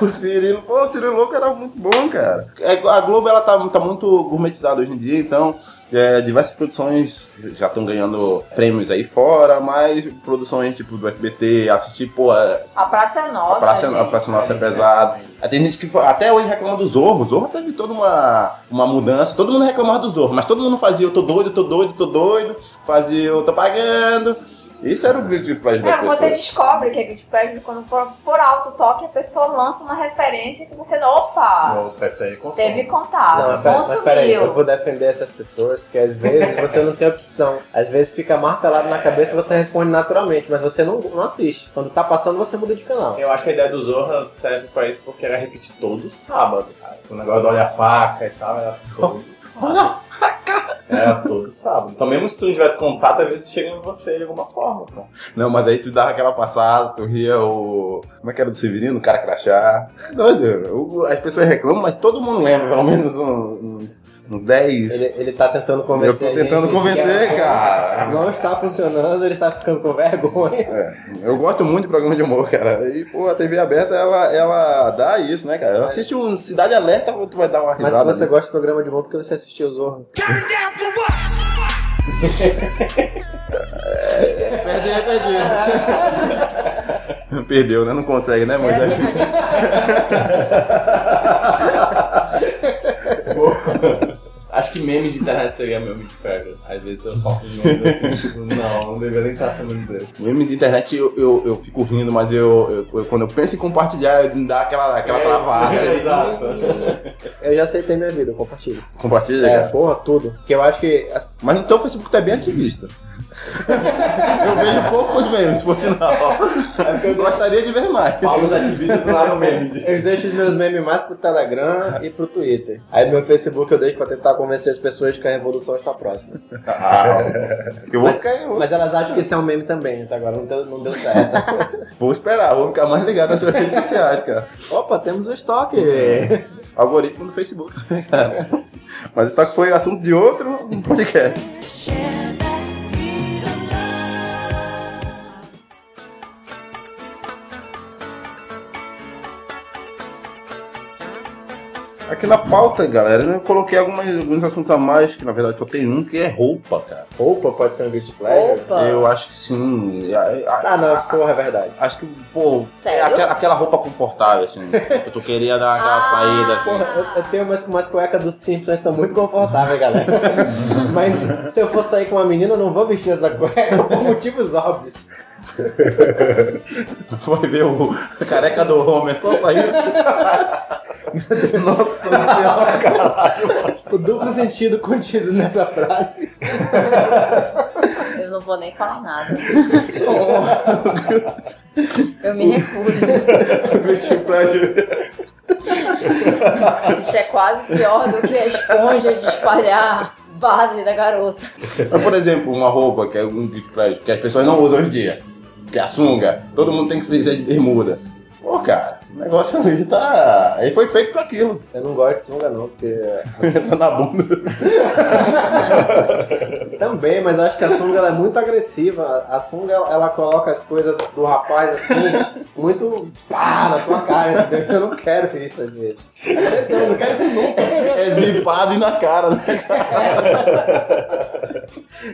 Speaker 1: o Cirilo. Pô, o Cirilo Louco era muito bom, cara. É, A Globo, ela tá, tá muito gourmetizada hoje em dia, então... é, diversas produções já estão ganhando prêmios aí fora, mas produções tipo do SBT, assistir, pô, a
Speaker 2: A Praça é Nossa.
Speaker 1: Praça,
Speaker 2: gente.
Speaker 1: a Praça Nossa é pesada. Aí Tem gente que fa- até hoje reclama do Zorro. O Zorro teve toda uma, uma mudança. Todo mundo reclamava do Zorro, mas todo mundo fazia eu tô doido, tô doido, tô doido. Fazia eu tô pagando. Isso era o vídeo é de plágio das
Speaker 2: Cara, É, você
Speaker 1: pessoas.
Speaker 2: descobre que é Guilty Pleasure quando por, por alto toque a pessoa lança uma referência que você, opa,
Speaker 5: Opa, essa aí é consome.
Speaker 2: teve contato,
Speaker 3: Não, pera, mas peraí, eu
Speaker 2: consumiu.
Speaker 3: vou defender essas pessoas, porque às vezes você não tem opção. Às vezes fica martelado na cabeça e você responde naturalmente, mas você não, não assiste. Quando tá passando, você muda de canal.
Speaker 5: Eu acho que a ideia do Zorra serve pra isso porque era repetir todo sábado, cara. O negócio do olha a faca e tal, era todo sábado. Era todo sábado. Então mesmo se tu não tivesse contato, às vezes chega em você de alguma forma, pô.
Speaker 1: Não, mas aí tu dava aquela passada, tu ria o. Como é que era do Severino? O cara crachá. É Doido. o- As pessoas reclamam, mas todo mundo lembra, pelo menos um- uns, uns 10.
Speaker 3: Ele, ele tá tentando
Speaker 1: Eu
Speaker 3: convencer.
Speaker 1: tô
Speaker 3: a gente
Speaker 1: tentando
Speaker 3: de que
Speaker 1: convencer,
Speaker 3: é-
Speaker 1: cara.
Speaker 3: Não está funcionando, ele está ficando com vergonha.
Speaker 1: Eu gosto muito de programa de humor, cara. E, pô, a TV aberta, ela, ela dá isso, né, cara? Ela assiste um Cidade Alerta, tu vai dar uma
Speaker 3: Mas
Speaker 1: risada.
Speaker 3: se você
Speaker 1: né?
Speaker 3: gosta do programa de humor, porque você assistiu o Zorro?
Speaker 1: Perdi, perdi. Perdeu, né? Não consegue, né,
Speaker 2: Era assim que a
Speaker 1: Moisés?
Speaker 2: gente tava.
Speaker 5: Acho que memes de internet seria meu me pega. Às vezes eu solto de nomes assim, tipo, não, não deveria nem estar falando desse.
Speaker 1: Memes de internet eu, eu, eu fico rindo, mas eu, eu- eu- quando eu penso em compartilhar, eu- me dá aquela, aquela travada.
Speaker 5: É, Exato.
Speaker 3: Eu já aceitei minha vida, eu compartilho.
Speaker 1: Compartilha,
Speaker 3: É,
Speaker 1: cara.
Speaker 3: porra, tudo. Porque eu acho que. assim,
Speaker 1: Mas então o Facebook tá bem ativista. eu vejo poucos memes, por sinal. É Eu gostaria de ver mais.
Speaker 5: Paulo os ativistas do lado tá meme.
Speaker 3: Eu deixo os meus memes mais pro Telegram e pro Twitter. Aí no meu Facebook eu deixo pra tentar convencer as pessoas de que a revolução está próxima.
Speaker 1: eu vou
Speaker 3: Mas-
Speaker 1: ficar em outro.
Speaker 3: Mas elas acham que isso é um meme também, né? Até agora não deu, não deu certo.
Speaker 1: Vou esperar, vou ficar mais ligado nas suas redes sociais, cara.
Speaker 3: Opa, temos um estoque.
Speaker 1: Algoritmo do Facebook, né, cara. Mas isso tá- foi assunto de outro podcast. Aqui na pauta, galera, eu coloquei algumas, alguns assuntos a mais, que na verdade só tem um, que é roupa, cara.
Speaker 3: Roupa pode ser um guilty pleasure?
Speaker 2: Opa,
Speaker 1: Eu acho que sim. A- a-
Speaker 3: Ah, não, porra, é verdade.
Speaker 1: Acho que, pô, é
Speaker 2: Sério?
Speaker 1: aquela, aquela roupa confortável, assim. Eu tu queria dar aquela
Speaker 2: Ah.
Speaker 1: saída, assim.
Speaker 3: Porra, eu, eu tenho umas, umas cuecas dos Simpsons são muito confortáveis, galera. Mas se eu for sair com uma menina, eu não vou vestir essa cueca por motivos óbvios.
Speaker 1: Foi ver o a careca do Homer só saindo. Nossa senhora, cara.
Speaker 3: O duplo sentido contido nessa frase.
Speaker 2: eu não vou nem falar nada. Eu me recuso.
Speaker 1: Guilty pleasure.
Speaker 2: Isso é quase pior do que a esponja de espalhar base da garota.
Speaker 1: Mas, por exemplo, uma roupa que é um guilty pleasure, que as pessoas não usam hoje em dia. Que é a sunga. Todo mundo tem que se dizer de bermuda. Pô, cara, o negócio ali tá. Ele foi feito pra aquilo. Tá
Speaker 3: Eu não gosto de sunga, não, porque.
Speaker 2: Assim.
Speaker 1: Na bunda.
Speaker 3: Também, mas eu acho que a sunga ela é muito agressiva. A sunga ela coloca as coisas do rapaz assim, muito pá na tua cara, entendeu? Eu não quero isso às vezes. Mas não, eu não quero isso nunca.
Speaker 1: É zipado e na cara, né?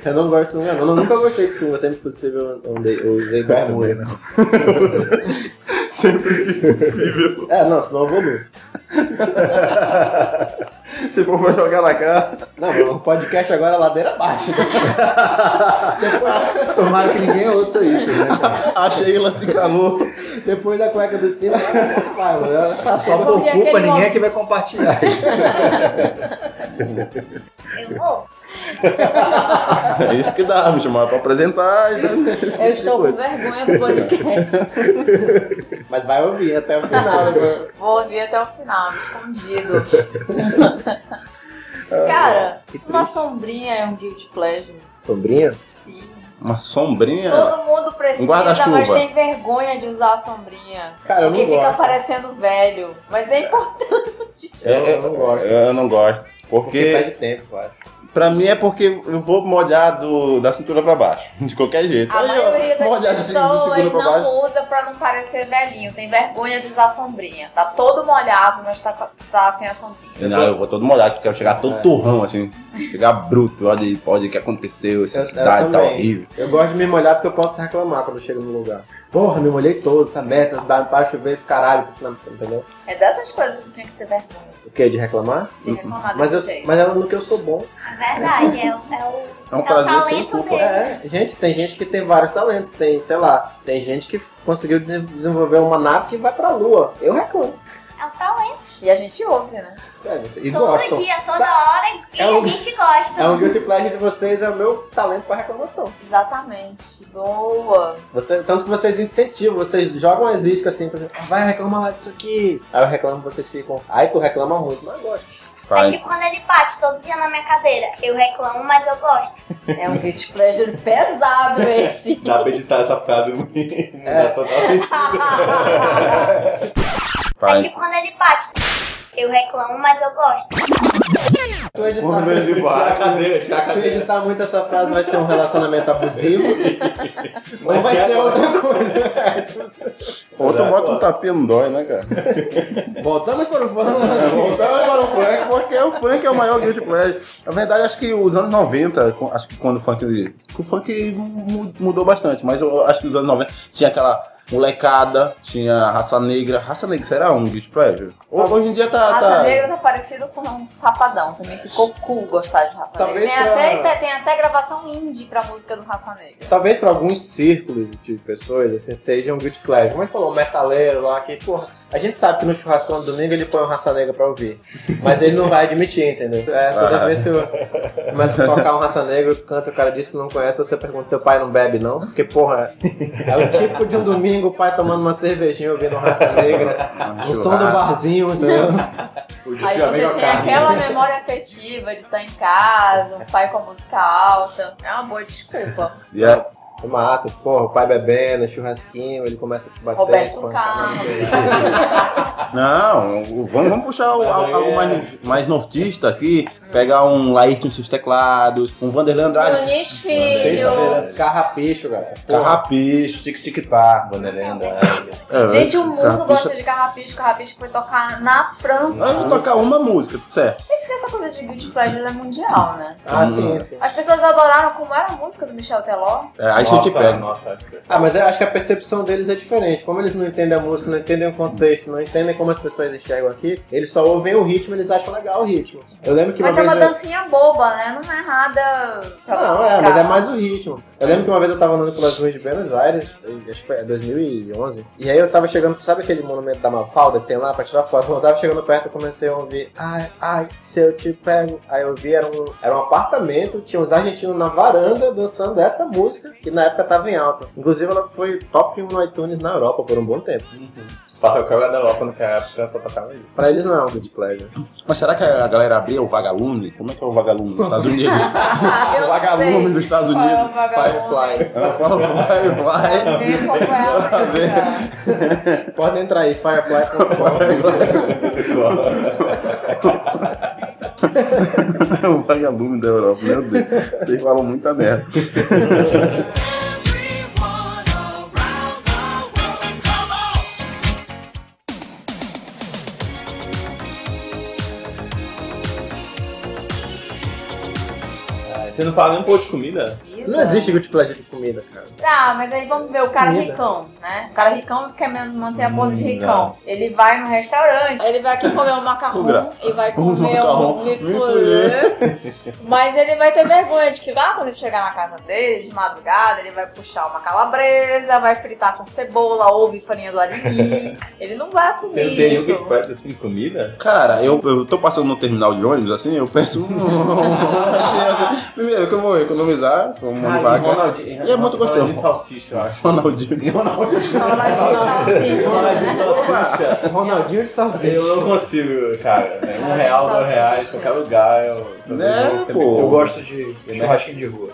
Speaker 3: Eu não gosto de sunga, não. Eu nunca gostei de sunga, sempre que possível eu, andei, eu usei bermuda.
Speaker 1: é Sempre que possível.
Speaker 3: É, não, senão eu vou nu.
Speaker 1: Se for pra jogar na cara.
Speaker 3: Não, o podcast agora é ladeira abaixo.
Speaker 4: Tomara que ninguém ouça isso, né?
Speaker 2: É.
Speaker 4: cara?
Speaker 1: A Sheila se calou.
Speaker 3: Depois da cueca do cima, vai, mano, ela tá
Speaker 2: Eu
Speaker 4: Só
Speaker 2: não
Speaker 4: por
Speaker 2: vi
Speaker 4: culpa, é
Speaker 2: aquele
Speaker 4: ninguém
Speaker 2: momento.
Speaker 4: é que vai compartilhar isso.
Speaker 6: Eu vou.
Speaker 1: É isso que dá, me chamaram pra apresentar. e-
Speaker 2: Eu estou com vergonha do podcast.
Speaker 3: Mas vai ouvir até o final. né?
Speaker 2: Vou ouvir até o final, escondido. Cara,
Speaker 3: Ah, Que triste.
Speaker 2: uma sombrinha é um guilty pleasure.
Speaker 3: Sombrinha?
Speaker 2: Sim.
Speaker 1: Uma
Speaker 3: É.
Speaker 1: sombrinha.
Speaker 2: Todo mundo precisa,
Speaker 1: Um guarda-chuva.
Speaker 2: mas tem vergonha de usar a sombrinha.
Speaker 3: Cara, eu não
Speaker 2: Porque fica
Speaker 3: gosto.
Speaker 2: parecendo velho. Mas é importante.
Speaker 3: Eu, eu não gosto.
Speaker 1: É, Eu não gosto.
Speaker 3: Porque tá
Speaker 1: Porque,
Speaker 3: perde tempo, eu acho.
Speaker 1: pra mim, é porque eu vou molhar do, da cintura pra baixo. De qualquer jeito.
Speaker 2: A
Speaker 1: Aí, ó,
Speaker 2: maioria
Speaker 1: molhar
Speaker 3: assim,
Speaker 2: das
Speaker 1: de cintura
Speaker 2: pessoas
Speaker 1: pra baixo.
Speaker 2: não usa pra não parecer velhinho. Tem vergonha de usar sombrinha. Tá todo molhado, mas tá, com a- tá sem a sombrinha.
Speaker 1: Não, eu vou todo molhado, porque eu quero chegar todo
Speaker 3: É.
Speaker 1: turrão, assim. Chegar bruto, olha aí, olha o que aconteceu, essa
Speaker 3: Eu- eu
Speaker 1: cidade tá
Speaker 3: também.
Speaker 1: horrível.
Speaker 3: Eu gosto de me molhar porque eu posso reclamar quando eu chego no lugar. Porra, me molhei todo, essa merda, essa dá pra chover esse caralho, que isso não- entendeu?
Speaker 2: É dessas coisas que você tem que ter vergonha.
Speaker 3: O que? De reclamar?
Speaker 2: De reclamar
Speaker 3: Uhum. Mas, eu,
Speaker 2: desse jeito.
Speaker 3: mas é no que eu sou bom.
Speaker 6: É verdade, é, o- é o,
Speaker 1: É um
Speaker 6: o
Speaker 1: prazer sem
Speaker 6: talento
Speaker 1: culpa.
Speaker 6: dele.
Speaker 3: É, gente, tem gente que tem vários talentos. Tem, sei lá, tem gente que conseguiu desen- desenvolver uma nave que vai pra lua. Eu reclamo.
Speaker 6: É o talento.
Speaker 2: E a gente ouve, né?
Speaker 3: É, você- e
Speaker 6: Todo
Speaker 3: gostam.
Speaker 6: dia, toda hora, e
Speaker 3: É
Speaker 6: a
Speaker 3: um-
Speaker 6: gente gosta.
Speaker 3: É um guilty pleasure de vocês, é o meu talento pra reclamação.
Speaker 2: Exatamente. Boa.
Speaker 3: Você, tanto que vocês incentivam, vocês jogam as iscas assim, pra, ah, vai reclamar lá disso aqui. Aí eu reclamo, vocês ficam, ai, tu reclama muito, mas eu gosto.
Speaker 6: É
Speaker 1: Pai,
Speaker 6: tipo quando ele bate todo dia na minha cadeira. Eu reclamo, mas eu gosto.
Speaker 2: É um guilty pleasure pesado esse.
Speaker 5: Dá pra editar essa frase e mudar total sentido.
Speaker 6: É
Speaker 1: pai.
Speaker 6: tipo quando ele bate. Eu reclamo, mas eu gosto.
Speaker 3: Tu editar,
Speaker 4: Por meio de
Speaker 5: Tirar a
Speaker 4: baixo.
Speaker 5: cadeira, tirar a
Speaker 3: se tu
Speaker 5: cadeira.
Speaker 3: editar muito essa frase, vai ser um relacionamento abusivo. ou vai
Speaker 5: que
Speaker 3: ser
Speaker 5: agora-
Speaker 3: outra coisa.
Speaker 1: Outro
Speaker 5: Exato.
Speaker 1: bota um tapinha não dói, né, cara?
Speaker 3: Voltamos para o
Speaker 4: É,
Speaker 3: fã.
Speaker 1: Voltando para o funk, porque o funk é o maior guilty pleasure. Na verdade, acho que os anos 90, com- acho que quando o funk. O funk mu- mudou bastante, mas eu acho que os anos 90 tinha aquela molecada, tinha raça negra. Raça negra será um guilty pleasure? Ho- Hoje em dia tá.
Speaker 2: Raça
Speaker 1: tá-
Speaker 2: negra tá parecido com um sapadão. Também ficou cool gostar de raça
Speaker 3: Talvez
Speaker 2: negra. Tem,
Speaker 3: pra-
Speaker 2: até, tem- tem até gravação indie pra música do raça negra.
Speaker 3: Talvez pra alguns círculos de pessoas, assim, seja um guilty pleasure. Como a gente falou, um metaleiro lá que, porra, a gente sabe que no churrascão do domingo ele põe um raça negra pra ouvir. Mas ele não vai admitir, entendeu? É, toda
Speaker 1: Ah.
Speaker 3: vez que eu começo a tocar um raça negra, tu canta, o cara diz que não conhece, você pergunta, teu pai não bebe não? Porque, porra, é o tipo de um domingo, o pai tomando uma cervejinha ouvindo um raça negra, o som
Speaker 1: Ah,
Speaker 3: do barzinho, entendeu?
Speaker 5: O Didi
Speaker 2: Aí
Speaker 5: já vem
Speaker 2: você
Speaker 5: com a
Speaker 2: tem
Speaker 5: carne.
Speaker 2: aquela memória afetiva de estar em casa, um pai com a música alta. É uma boa desculpa.
Speaker 1: E é-
Speaker 3: Massa, porra, o pai bebendo, churrasquinho, ele começa a te bater,
Speaker 2: Roberto
Speaker 3: espancar.
Speaker 2: Carlos.
Speaker 1: Não, o- vamos, vamos puxar o- al- algo mais, mais nortista aqui. Pegar um Laírton e seus teclados, um Vanderlei Andrade.
Speaker 2: Nunes Filho.
Speaker 3: Sexta-feira, carrapicho, galera.
Speaker 1: Carrapicho, tic-tic-tac.
Speaker 5: Vanderlei
Speaker 1: É,
Speaker 2: Gente, o mundo gosta de carrapicho. Carrapicho foi tocar na
Speaker 1: Nós
Speaker 2: França.
Speaker 1: vamos tocar uma música, tudo certo.
Speaker 2: Pensa que essa coisa de guilty pleasure é mundial, né?
Speaker 3: Ah, sim, sim.
Speaker 2: As pessoas adoraram como era a música do Michel Teló.
Speaker 1: É, aí
Speaker 5: Nossa,
Speaker 1: você te pega.
Speaker 5: Nossa,
Speaker 3: Ah, mas eu acho que a percepção deles é diferente. Como eles não entendem a música, não entendem o contexto, não entendem como as pessoas enxergam aqui, eles só ouvem o ritmo, eles acham legal o ritmo. Eu lembro que
Speaker 2: Mas
Speaker 3: uma
Speaker 2: é
Speaker 3: vez.
Speaker 2: uma
Speaker 3: eu-
Speaker 2: dancinha boba, né? Não é nada. pra
Speaker 3: Não,
Speaker 2: você
Speaker 3: é,
Speaker 2: ficar.
Speaker 3: mas é mais o ritmo. Eu lembro que uma vez eu tava andando pelas ruas de Buenos Aires, em- acho que é 2011, e aí eu tava chegando, sabe aquele monumento da Mafalda que tem lá pra tirar foto? Quando eu tava chegando perto, eu comecei a ouvir, ai, ai, se eu te pego. Aí eu vi, era um, era um apartamento, tinha uns argentinos na varanda dançando essa música, que na época tava em alta. Inclusive ela foi top 1 no iTunes na Europa por um bom tempo.
Speaker 5: Se passar o cara da Europa no cara, a pessoa tocava isso.
Speaker 3: Pra eles não é um good pleasure.
Speaker 1: Mas será que a galera abria o vagalume? Como é que é o vagalume dos Estados Unidos? o
Speaker 2: Eu não
Speaker 1: vagalume
Speaker 2: sei Ah,
Speaker 1: dos Estados
Speaker 2: qual é o
Speaker 1: Unidos.
Speaker 2: vagalume.
Speaker 3: Firefly.
Speaker 1: Eu falo, vai,
Speaker 2: Pra
Speaker 1: vai.
Speaker 2: ver qual é né? a
Speaker 1: Pra ver.
Speaker 2: música.
Speaker 3: Pode entrar aí, firefly.com.
Speaker 1: o vagalume da Europa, meu Deus. Vocês falam muita merda.
Speaker 5: Você não um fala nem um pouco de comida?
Speaker 2: Isso.
Speaker 3: Não é existe guilty pleasure de comida, cara.
Speaker 2: Tá, mas aí vamos ver o cara
Speaker 3: Comida.
Speaker 2: ricão, né? O cara ricão quer mesmo manter a pose de
Speaker 5: Hum,
Speaker 2: ricão. Ele vai no restaurante, ele vai aqui comer um macarrão
Speaker 1: Fugra.
Speaker 2: e vai comer
Speaker 1: macarrão,
Speaker 2: um mifulê. Mas ele vai ter vergonha de que lá quando ele chegar na casa dele, de madrugada, ele vai puxar uma calabresa, vai fritar com cebola, ovo e farinha do alimento. Ele não vai
Speaker 5: Você não
Speaker 2: assumir
Speaker 5: tem nenhum
Speaker 2: isso.
Speaker 5: que te faz assim comida?
Speaker 1: Cara, eu, eu tô passando no terminal de ônibus, assim, eu penso. "Hum, assim, Primeiro que eu vou economizar, sou um mão de vaca. E é muito gostoso.
Speaker 5: de salsicha, eu acho.
Speaker 1: Ronaldinho.
Speaker 2: Então, Ronaldinho Salsicha, né?
Speaker 5: salsicha.
Speaker 3: Ronaldinho de salsicha.
Speaker 5: Eu não consigo, cara. né? Um real, dois
Speaker 2: Salsicha.
Speaker 5: reais, qualquer lugar. Eu, também
Speaker 1: Né,
Speaker 5: vou sempre-
Speaker 1: pô?
Speaker 4: Eu
Speaker 5: Eu gosto.
Speaker 4: gosto de churrasquinho de rua.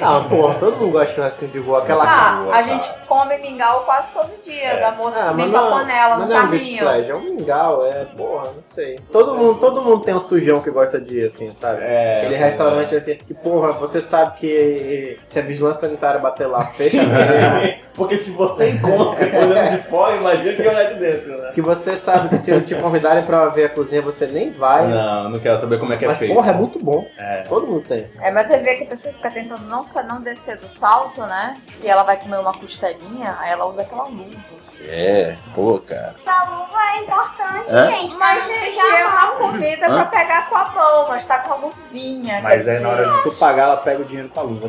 Speaker 3: Ah, porra, todo mundo gosta de churrasquinho de rua. Aquela
Speaker 2: Ah,
Speaker 5: boa,
Speaker 2: a
Speaker 5: cara.
Speaker 2: gente come mingau quase todo dia, da moça que vem
Speaker 3: É. Ah, mas
Speaker 2: pra panela,
Speaker 3: mas
Speaker 2: no
Speaker 3: não é um guilty
Speaker 2: carrinho.
Speaker 3: pleasure, é um mingau, é, porra, não sei. Todo mundo, todo mundo tem um sujão que gosta de ir, assim, sabe?
Speaker 5: É,
Speaker 3: Aquele restaurante que, que, porra, você sabe que se a vigilância sanitária bater lá, fecha mesmo.
Speaker 5: Porque se você encontra olhando de fora, imagina que olhar de dentro, né?
Speaker 3: Que você sabe que se te convidarem pra ver a cozinha, você nem vai.
Speaker 5: Não, não quero saber como é que é
Speaker 3: Mas,
Speaker 5: feito.
Speaker 3: porra, é muito bom.
Speaker 5: É.
Speaker 3: Todo mundo tem.
Speaker 2: É, mas você vê que a pessoa fica tentando não, sa- não descer do salto, né? E ela vai comer uma costelinha, aí ela usa aquela luva.
Speaker 1: É, pô, cara.
Speaker 6: A luva é importante,
Speaker 1: É?
Speaker 6: gente.
Speaker 2: Mas
Speaker 6: Mas
Speaker 2: gente,
Speaker 6: já
Speaker 2: é uma comida
Speaker 1: Hã?
Speaker 2: pra pegar com a mão, mas tá com a luvinha.
Speaker 4: Mas
Speaker 2: quer
Speaker 4: aí na
Speaker 2: dizer,
Speaker 4: hora de tu pagar, ela pega o dinheiro com a luva.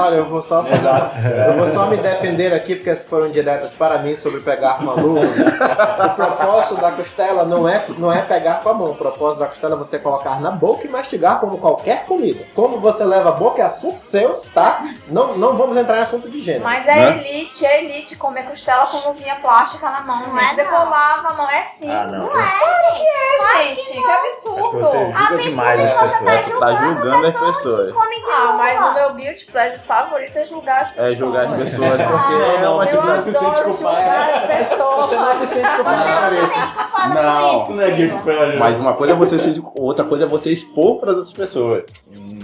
Speaker 3: Olha, eu vou só
Speaker 5: Exato.
Speaker 3: Eu vou só me defender aqui, porque se foram diretas para mim sobre pegar com a luva. o propósito da costela não é, não é pegar com a mão. O propósito da costela é você colocar na boca e mastigar como qualquer comida. Como você leva a boca é assunto seu, tá? Não, não vamos entrar em assunto de gênero.
Speaker 2: Mas é
Speaker 1: Né?
Speaker 2: elite, é elite comer costela com luvinha plástica na mão,
Speaker 6: Não
Speaker 2: gente.
Speaker 6: é, não.
Speaker 2: Decolava a mão, é sim.
Speaker 4: Ah, não.
Speaker 2: gente, que
Speaker 4: Acho que você
Speaker 2: absurdo.
Speaker 6: A
Speaker 4: julga
Speaker 6: pessoa
Speaker 4: demais as
Speaker 6: que você
Speaker 4: pessoas.
Speaker 6: tá
Speaker 1: Tu tá
Speaker 6: julgando
Speaker 1: julgando as pessoas.
Speaker 6: come de
Speaker 2: Ah,
Speaker 6: luva.
Speaker 2: mas o meu beauty pleasure favorito é julgar as pessoas.
Speaker 1: É julgar as pessoas, porque
Speaker 5: Ah,
Speaker 1: é
Speaker 5: não,
Speaker 1: uma
Speaker 2: Eu
Speaker 1: atividade.
Speaker 5: se sente
Speaker 2: adoro
Speaker 5: culpada.
Speaker 2: julgar as pessoas.
Speaker 3: Você não se sente
Speaker 6: Você
Speaker 3: culpado.
Speaker 6: não se sente culpado
Speaker 1: Não.
Speaker 6: por
Speaker 5: Isso
Speaker 6: isso.
Speaker 5: não é guilty pleasure.
Speaker 1: Mas uma coisa é você se, outra coisa é você expor para as outras pessoas.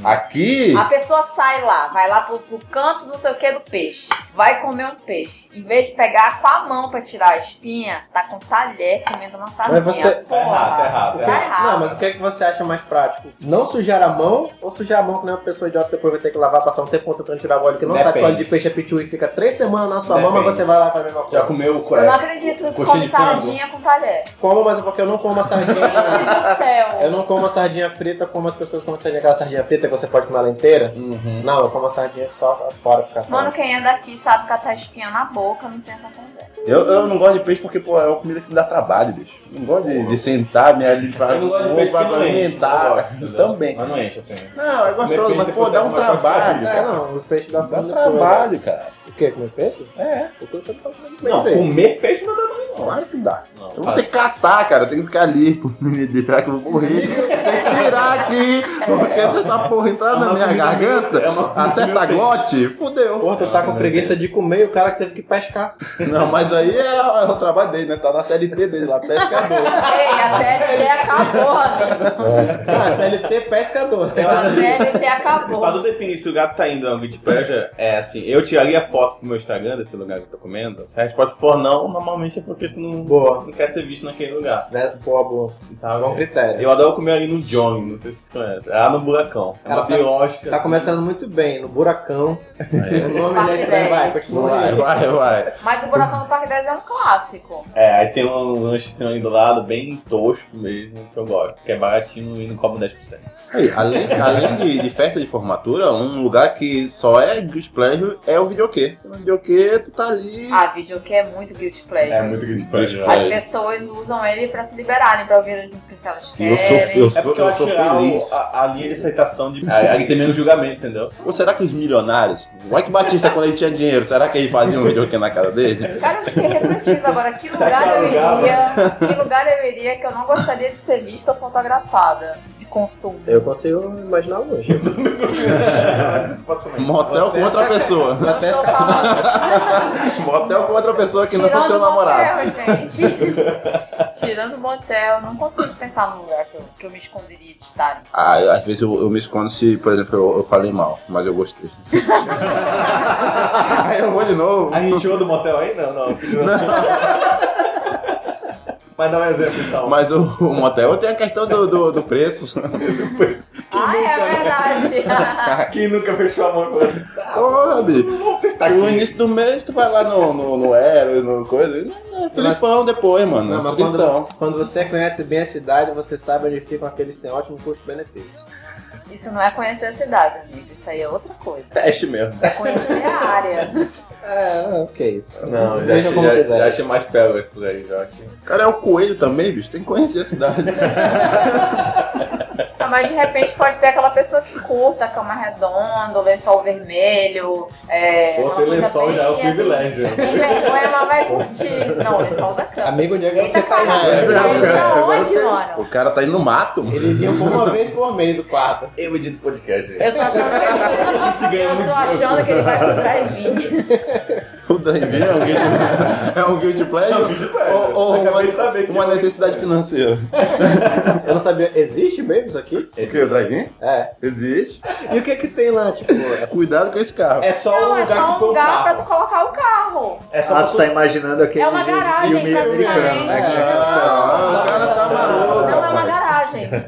Speaker 1: Aqui,
Speaker 2: A pessoa sai lá, vai lá pro, pro canto não sei o que do peixe. Vai comer um peixe. Em vez de pegar com a mão pra tirar a espinha, tá com talher comendo uma sardinha.
Speaker 3: você-
Speaker 5: Tá errado, tá errado.
Speaker 2: Tá errado.
Speaker 3: Não, mas o que é que você acha mais prático? Não sujar a mão ou sujar a mão que nem uma pessoa idiota depois vai ter que lavar, passar um tempo tentando tirar o óleo que não sabe que
Speaker 5: Depende.
Speaker 3: óleo de peixe é pitiu e fica três semanas na sua mão, mas
Speaker 5: Depende.
Speaker 3: você vai lá e faz a mesma
Speaker 5: Já
Speaker 3: coisa.
Speaker 5: comeu o
Speaker 2: Eu não
Speaker 5: cueca?
Speaker 2: acredito que
Speaker 5: Coxinha
Speaker 2: come
Speaker 5: de frango.
Speaker 2: sardinha com talher.
Speaker 3: Como, mas é porque eu não como a sardinha.
Speaker 2: Gente do céu.
Speaker 3: Eu não como a sardinha frita como as pessoas comem sardinha, aquela sardinha frita que você pode comer ela inteira. Não, eu como a sardinha que só fora fica
Speaker 2: Mano,
Speaker 3: fora.
Speaker 2: quem é daqui sabe catar espinha na boca, não tem essa conversa.
Speaker 1: eu, eu não gosto de peixe porque pô, é uma comida que me dá trabalho, bicho. Não gosto de, de sentar, me alimentar,
Speaker 5: Eu não gosto de peixe
Speaker 1: pra
Speaker 5: porque não enche. Eu
Speaker 1: alimentar.
Speaker 5: gosto, entendeu?
Speaker 1: Também.
Speaker 5: Mas não enche, assim.
Speaker 1: Não, é gostoso,
Speaker 5: Comer
Speaker 1: mas
Speaker 5: peixe
Speaker 1: pô,
Speaker 5: depois
Speaker 1: dá
Speaker 5: você
Speaker 1: um
Speaker 5: come mais
Speaker 1: trabalho.
Speaker 5: quantidade,
Speaker 3: É,
Speaker 1: cara.
Speaker 3: não, o peixe dá
Speaker 1: Dá um
Speaker 3: fome depois,
Speaker 1: trabalho, cara.
Speaker 3: né? O quê? Comer peixe?
Speaker 1: É,
Speaker 3: Porque você não pode comer Então,
Speaker 5: Não,
Speaker 3: peixe.
Speaker 5: comer peixe não dá pra mim.
Speaker 1: claro que dá.
Speaker 5: Não,
Speaker 1: Eu vou ter que catar, cara. Eu tenho que ficar ali. pô, me dizer, Será que eu vou morrer? Tem que virar aqui. Porque se essa porra entrar na minha garganta, acerta a glote, fudeu.
Speaker 3: Porra, tu tá com preguiça de comer e o cara que teve que pescar.
Speaker 1: Não, mas aí é, é o trabalho dele, né? Tá na CLT dele lá, pescador.
Speaker 2: Ei, a CLT acabou, amigo.
Speaker 3: Ah, CLT pescador.
Speaker 2: A CLT
Speaker 5: Pra tu
Speaker 2: acabou.
Speaker 5: definir se o gato tá indo ao guilty pleasure, é assim, eu tiraria a foto pro meu Instagram desse lugar que eu tô comendo. Se a resposta for não, normalmente é porque tu não,
Speaker 3: Boa.
Speaker 5: não quer ser visto naquele lugar.
Speaker 3: Né? Boa, boa.
Speaker 5: Tá
Speaker 3: Bom é. critério.
Speaker 5: Eu adoro comer ali no Johnny, não sei se vocês conhecem. É lá no Buracão. É
Speaker 3: Cara,
Speaker 5: uma
Speaker 3: tá-
Speaker 5: biosca.
Speaker 3: Tá começando muito bem, no buracão. O nome
Speaker 2: Parque
Speaker 3: é estranho, vai,
Speaker 2: dez.
Speaker 3: continua
Speaker 1: Vai,
Speaker 3: aí.
Speaker 1: vai, vai.
Speaker 2: Mas o buracão do Parque 10 é um clássico.
Speaker 5: É, aí tem um lanchezinho ali do lado, bem tosco mesmo, que eu gosto. Que é baratinho e não cobra 10%.
Speaker 1: Aí, além além de, de festa de formatura, um lugar que só é good pleasure é o videokê. No videokê, tu tá ali.
Speaker 2: Ah, vídeo que é muito guilty pleasure.
Speaker 5: É muito guilty pleasure.
Speaker 2: As pessoas usam ele pra se liberarem, pra ouvir as músicas que elas
Speaker 1: Eu
Speaker 2: querem.
Speaker 1: sou, eu
Speaker 5: É
Speaker 1: sou,
Speaker 5: porque eu,
Speaker 1: eu
Speaker 5: acho ah.
Speaker 1: sou
Speaker 5: que a-
Speaker 1: feliz.
Speaker 5: A, a linha de aceitação de. Ali É, tem menos julgamento, entendeu?
Speaker 1: Ou será que os milionários? O Ike Batista, quando ele tinha dinheiro, será que ele fazia um videokê na casa dele?
Speaker 2: Cara, eu fiquei refletindo agora. Que
Speaker 5: Será
Speaker 2: lugar
Speaker 5: que é
Speaker 2: eu
Speaker 5: lugar, né?
Speaker 2: iria? Que lugar eu iria que eu não gostaria de ser vista ou fotografada de consumo?
Speaker 3: Eu consigo imaginar hoje.
Speaker 1: Um Motel com outra pessoa.
Speaker 2: Não estou falando
Speaker 1: Motel com outra pessoa que não é
Speaker 2: tirando
Speaker 1: tá seu
Speaker 2: o
Speaker 1: namorado.
Speaker 2: motel, gente. Tirando o motel, não consigo pensar num lugar que eu, que eu me esconderia de estar. ali.
Speaker 1: Ah, eu- às vezes eu, eu me escondo se, por exemplo, eu, eu falei mal, mas eu gostei. Aí eu vou de novo.
Speaker 5: A gente tirou do motel aí? Não, não. Mas dá um então. exemplo então.
Speaker 1: Mas o, o motel tem a questão do, do, do preço.
Speaker 5: Depois, que
Speaker 2: Ah, é verdade.
Speaker 5: Quem nunca fechou a mão e falou assim,
Speaker 1: Porra, bicho.
Speaker 5: vou testar
Speaker 1: tá No
Speaker 5: aqui.
Speaker 1: início do mês, tu vai lá no, no, no Ero, no coisa. e- É, Filipão depois, mano.
Speaker 3: Não, mas quando,
Speaker 1: então.
Speaker 3: quando você conhece bem a cidade, você sabe onde ficam aqueles que têm ótimo custo-benefício.
Speaker 2: Isso não é conhecer a cidade, amigo. Isso aí é outra coisa.
Speaker 5: Teste mesmo.
Speaker 2: É conhecer a área.
Speaker 3: É, ok.
Speaker 5: Não, já,
Speaker 3: Veja como
Speaker 5: já,
Speaker 3: quiser.
Speaker 5: já achei mais pérolas por aí, já. achei.
Speaker 1: O cara é o coelho também, bicho. Tem que conhecer a cidade.
Speaker 2: Ah, Mas de repente pode ter aquela pessoa que curta a cama redonda, o lençol vermelho. É,
Speaker 5: Pô,
Speaker 2: uma
Speaker 5: ter
Speaker 2: coisa
Speaker 5: lençol
Speaker 2: bem,
Speaker 5: já é um
Speaker 2: assim,
Speaker 5: privilégio.
Speaker 2: Sem vergonha, mas vai curtir. Não, o lençol da cama.
Speaker 3: Amigo Diego,
Speaker 2: Eita,
Speaker 3: você caiu.
Speaker 2: caralho,
Speaker 1: é,
Speaker 2: tá indo
Speaker 1: agora-
Speaker 2: pra
Speaker 1: agora
Speaker 2: onde, mano?
Speaker 1: o cara tá indo no mato.
Speaker 3: Ele vinha por uma vez por mês o quarto.
Speaker 5: Eu edito podcast, gente.
Speaker 2: Eu tô achando
Speaker 5: Se
Speaker 2: que ele, tá
Speaker 5: ganha
Speaker 2: eu
Speaker 5: muito
Speaker 2: tô achando que ele vai pro drive-in.
Speaker 1: O drive é um guilty, é um guilty pleasure?
Speaker 5: É um guilty pleasure.
Speaker 1: Ou, ou
Speaker 5: Acabei
Speaker 1: uma,
Speaker 5: de saber que
Speaker 1: uma
Speaker 5: é um-
Speaker 1: necessidade financeira.
Speaker 3: Eu não sabia. Existe mesmo isso aqui?
Speaker 1: O que? O drive-in?
Speaker 3: É.
Speaker 1: Existe.
Speaker 3: E o que que tem lá? Tipo, é
Speaker 1: Cuidado com esse carro.
Speaker 5: É só
Speaker 2: Não,
Speaker 5: um
Speaker 2: é
Speaker 5: lugar
Speaker 2: só um
Speaker 5: que põe um
Speaker 2: lugar pra tu
Speaker 5: carro.
Speaker 2: colocar o carro.
Speaker 5: É só
Speaker 4: Ah,
Speaker 5: pra
Speaker 4: tu
Speaker 5: tu-
Speaker 4: tá imaginando aquele
Speaker 2: É uma garagem,
Speaker 4: filme americano, né?
Speaker 2: praticamente.
Speaker 4: Que é-
Speaker 1: Ah, o cara tá maluco.
Speaker 2: Não é uma
Speaker 1: rapaz.
Speaker 2: garagem.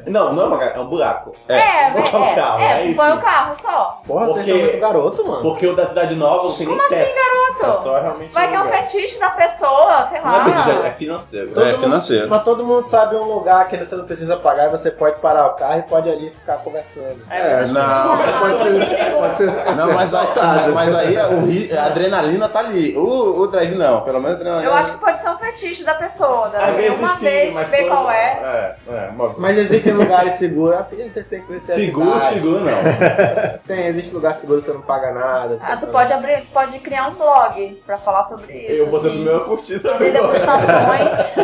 Speaker 5: Não, não é uma garagem, é um buraco.
Speaker 2: É, é,
Speaker 5: Botar o carro,
Speaker 2: é,
Speaker 5: aí
Speaker 2: põe
Speaker 5: sim.
Speaker 2: o carro só.
Speaker 3: Porra, vocês
Speaker 5: Porque-
Speaker 3: são muito garoto, mano.
Speaker 5: Porque o da Cidade Nova não tem nem
Speaker 2: Como assim,
Speaker 5: teto. É
Speaker 2: garoto?
Speaker 5: só realmente
Speaker 2: Vai
Speaker 5: um
Speaker 2: que é um
Speaker 5: lugar.
Speaker 2: fetiche da pessoa, sei
Speaker 5: Não é
Speaker 2: lá.
Speaker 5: petista, é financeiro.
Speaker 3: Todo
Speaker 1: É
Speaker 3: mundo-
Speaker 1: financeiro.
Speaker 3: Mas todo mundo sabe um lugar que você não precisa pagar e você pode parar o carro e pode ali ficar conversando.
Speaker 1: É, não.
Speaker 4: Pode ser, pode ser
Speaker 1: Não, mas aí, tá, mas aí é o ri- a adrenalina tá ali. O, o drive não, pelo menos a adrenalina.
Speaker 2: Eu acho que pode ser um fetiche da pessoa, da
Speaker 5: Às vezes
Speaker 2: uma
Speaker 5: sim,
Speaker 2: vez,
Speaker 5: mas
Speaker 2: ver
Speaker 5: quando-
Speaker 2: qual é.
Speaker 5: É, é, uma...
Speaker 3: Mas existem lugares seguros. Ah, filho, você tem que conhecer
Speaker 5: Seguro,
Speaker 3: a cidade.
Speaker 5: seguro não.
Speaker 3: Tem, existe lugar seguro, você não paga nada. você tá
Speaker 2: Ah, tu
Speaker 3: não-
Speaker 2: pode abrir, tu pode criar um blog pra falar sobre isso.
Speaker 5: Eu vou ser o
Speaker 2: assim.
Speaker 5: primeiro a curtir essa
Speaker 2: Fazer degustações.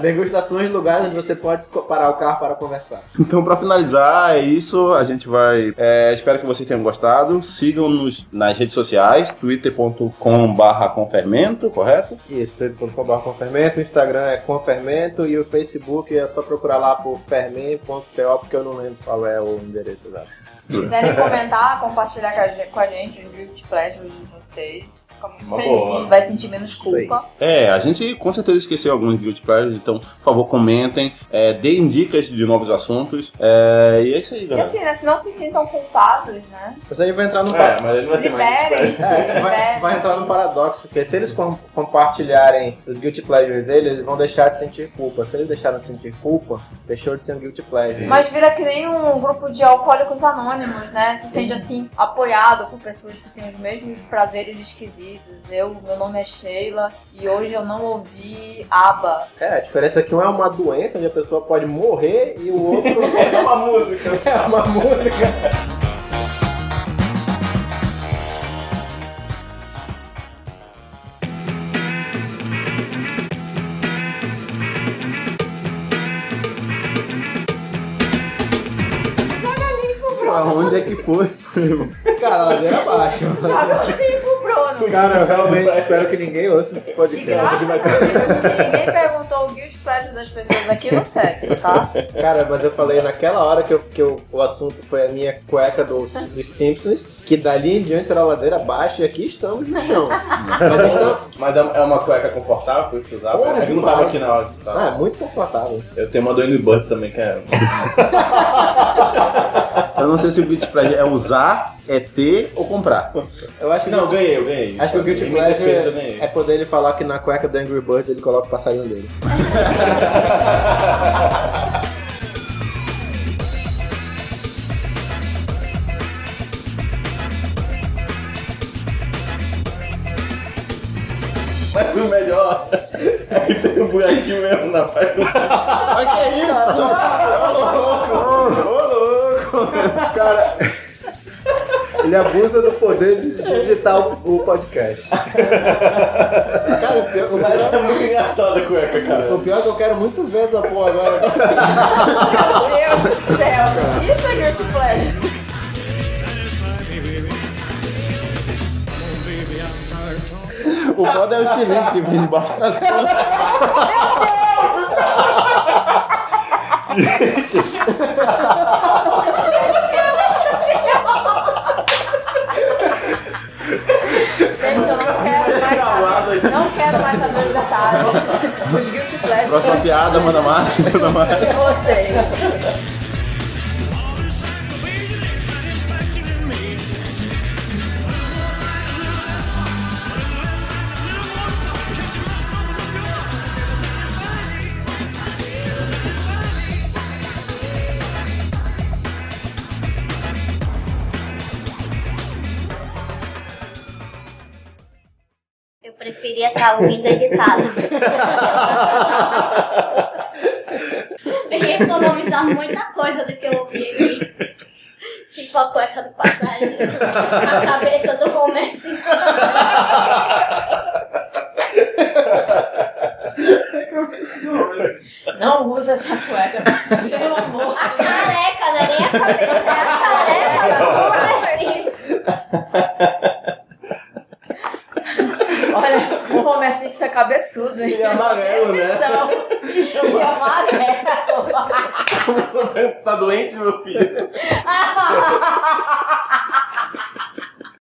Speaker 3: Degustações de lugares onde você pode co- parar o carro para conversar.
Speaker 1: Então, pra finalizar, é isso. A gente vai. é, espero que vocês tenham gostado. Sigam-nos nas redes sociais: twitter.com/barra confermento, correto?
Speaker 3: Isso, twitter.com.br Confermento, o Instagram é Confermento e o Facebook é só procurar lá por fermin.to, porque eu não lembro qual é o endereço exato.
Speaker 2: Se quiserem comentar, compartilhar com a gente, com a gente os guilty pleasures de vocês. Fica muito
Speaker 5: Uma
Speaker 2: feliz,
Speaker 5: boa.
Speaker 2: vai sentir menos
Speaker 3: Isso aí.
Speaker 2: culpa.
Speaker 1: É, a gente com certeza esqueceu alguns guilty pleasures, então, por favor, comentem, é, deem dicas de novos assuntos. É, e é isso aí,
Speaker 2: E
Speaker 1: galera.
Speaker 2: assim, né, se não se sintam culpados, né?
Speaker 3: Mas a gente vai entrar num papo-
Speaker 5: É, mas ele vai ser mais.
Speaker 2: Liberem-se,
Speaker 3: É, vai, vai entrar num paradoxo, porque se eles com- compartilharem os guilty pleasures deles, eles vão deixar de sentir culpa. Se eles deixaram de sentir culpa, deixou de ser um guilty pleasure.
Speaker 2: Mas vira que nem um grupo de alcoólicos anônimos, né? Se sente assim, apoiado por pessoas que têm os mesmos prazeres esquisitos. Eu, meu nome é Sheila e hoje eu não ouvi aba.
Speaker 3: É, a diferença é que um é uma doença onde a pessoa pode morrer e o outro
Speaker 5: É uma música.
Speaker 3: é uma música.
Speaker 1: Pra onde é que foi?
Speaker 3: Cara, ladeira abaixo.
Speaker 2: Joga o livro, Bruno!
Speaker 4: Cara, eu realmente espero que ninguém ouça esse
Speaker 2: E
Speaker 4: podcast.
Speaker 2: graças a Deus né? que ninguém perguntou o guilt pleasure das pessoas aqui no sexo, tá?
Speaker 3: Cara, mas eu falei naquela hora que, eu, que eu- o assunto foi a minha cueca dos, dos Simpsons, que dali em diante era ladeira abaixo e aqui estamos no chão. Mas estamos...
Speaker 5: Mas é é uma cueca confortável pra você usar?
Speaker 3: Porra,
Speaker 5: a gente não
Speaker 3: demais.
Speaker 5: tava aqui na hora que tava.
Speaker 3: Ah, é muito confortável.
Speaker 5: Eu tenho uma do Andy Butts também, que é.
Speaker 1: Eu não sei se o guilty pleasure é usar, é ter ou comprar.
Speaker 3: Eu acho que
Speaker 5: Não, eu ganhei, eu ganhei.
Speaker 3: Acho que o Guilty
Speaker 5: Em minha
Speaker 3: Pleasure
Speaker 5: defesa, eu ganhei.
Speaker 3: é poder ele falar que na cueca do Angry Birds ele coloca o passarinho dele.
Speaker 5: Mas o melhor é que tem um buraquinho mesmo na parte do.
Speaker 1: Mas que é isso? Ô louco!
Speaker 4: Cara, ele abusa do poder de de editar o, o podcast.
Speaker 3: Cara, o pior, o
Speaker 5: Mas é
Speaker 3: pior-
Speaker 5: muito engraçado a cueca, cara.
Speaker 3: o pior é que eu quero muito ver essa porra agora.
Speaker 2: Meu Deus do céu! Isso é guilt pleasure!
Speaker 1: O foda é o estilingue que vem de baixo pra cima.
Speaker 2: Gente, eu não quero mais saber. Não quero mais saber os detalhes. Os guilty pleasures
Speaker 1: Próxima piada, manda mais, manda mais.
Speaker 2: de vocês.
Speaker 6: preferia estar ouvindo editado. eu ia economizar muita coisa do que eu ouvi aqui. Tipo a cueca do passarinho, a cabeça do Homer assim. Simpson.
Speaker 2: Não usa essa cueca, pelo amor
Speaker 6: A
Speaker 2: de Deus.
Speaker 6: careca, não é nem a cabeça, é a careca do Homer assim. Simpson.
Speaker 2: Olha, o Homer Simpson é cabestudo, hein?
Speaker 5: Ele é amarelo, né?
Speaker 2: Não, ele é amarelo.
Speaker 5: tá doente, meu filho?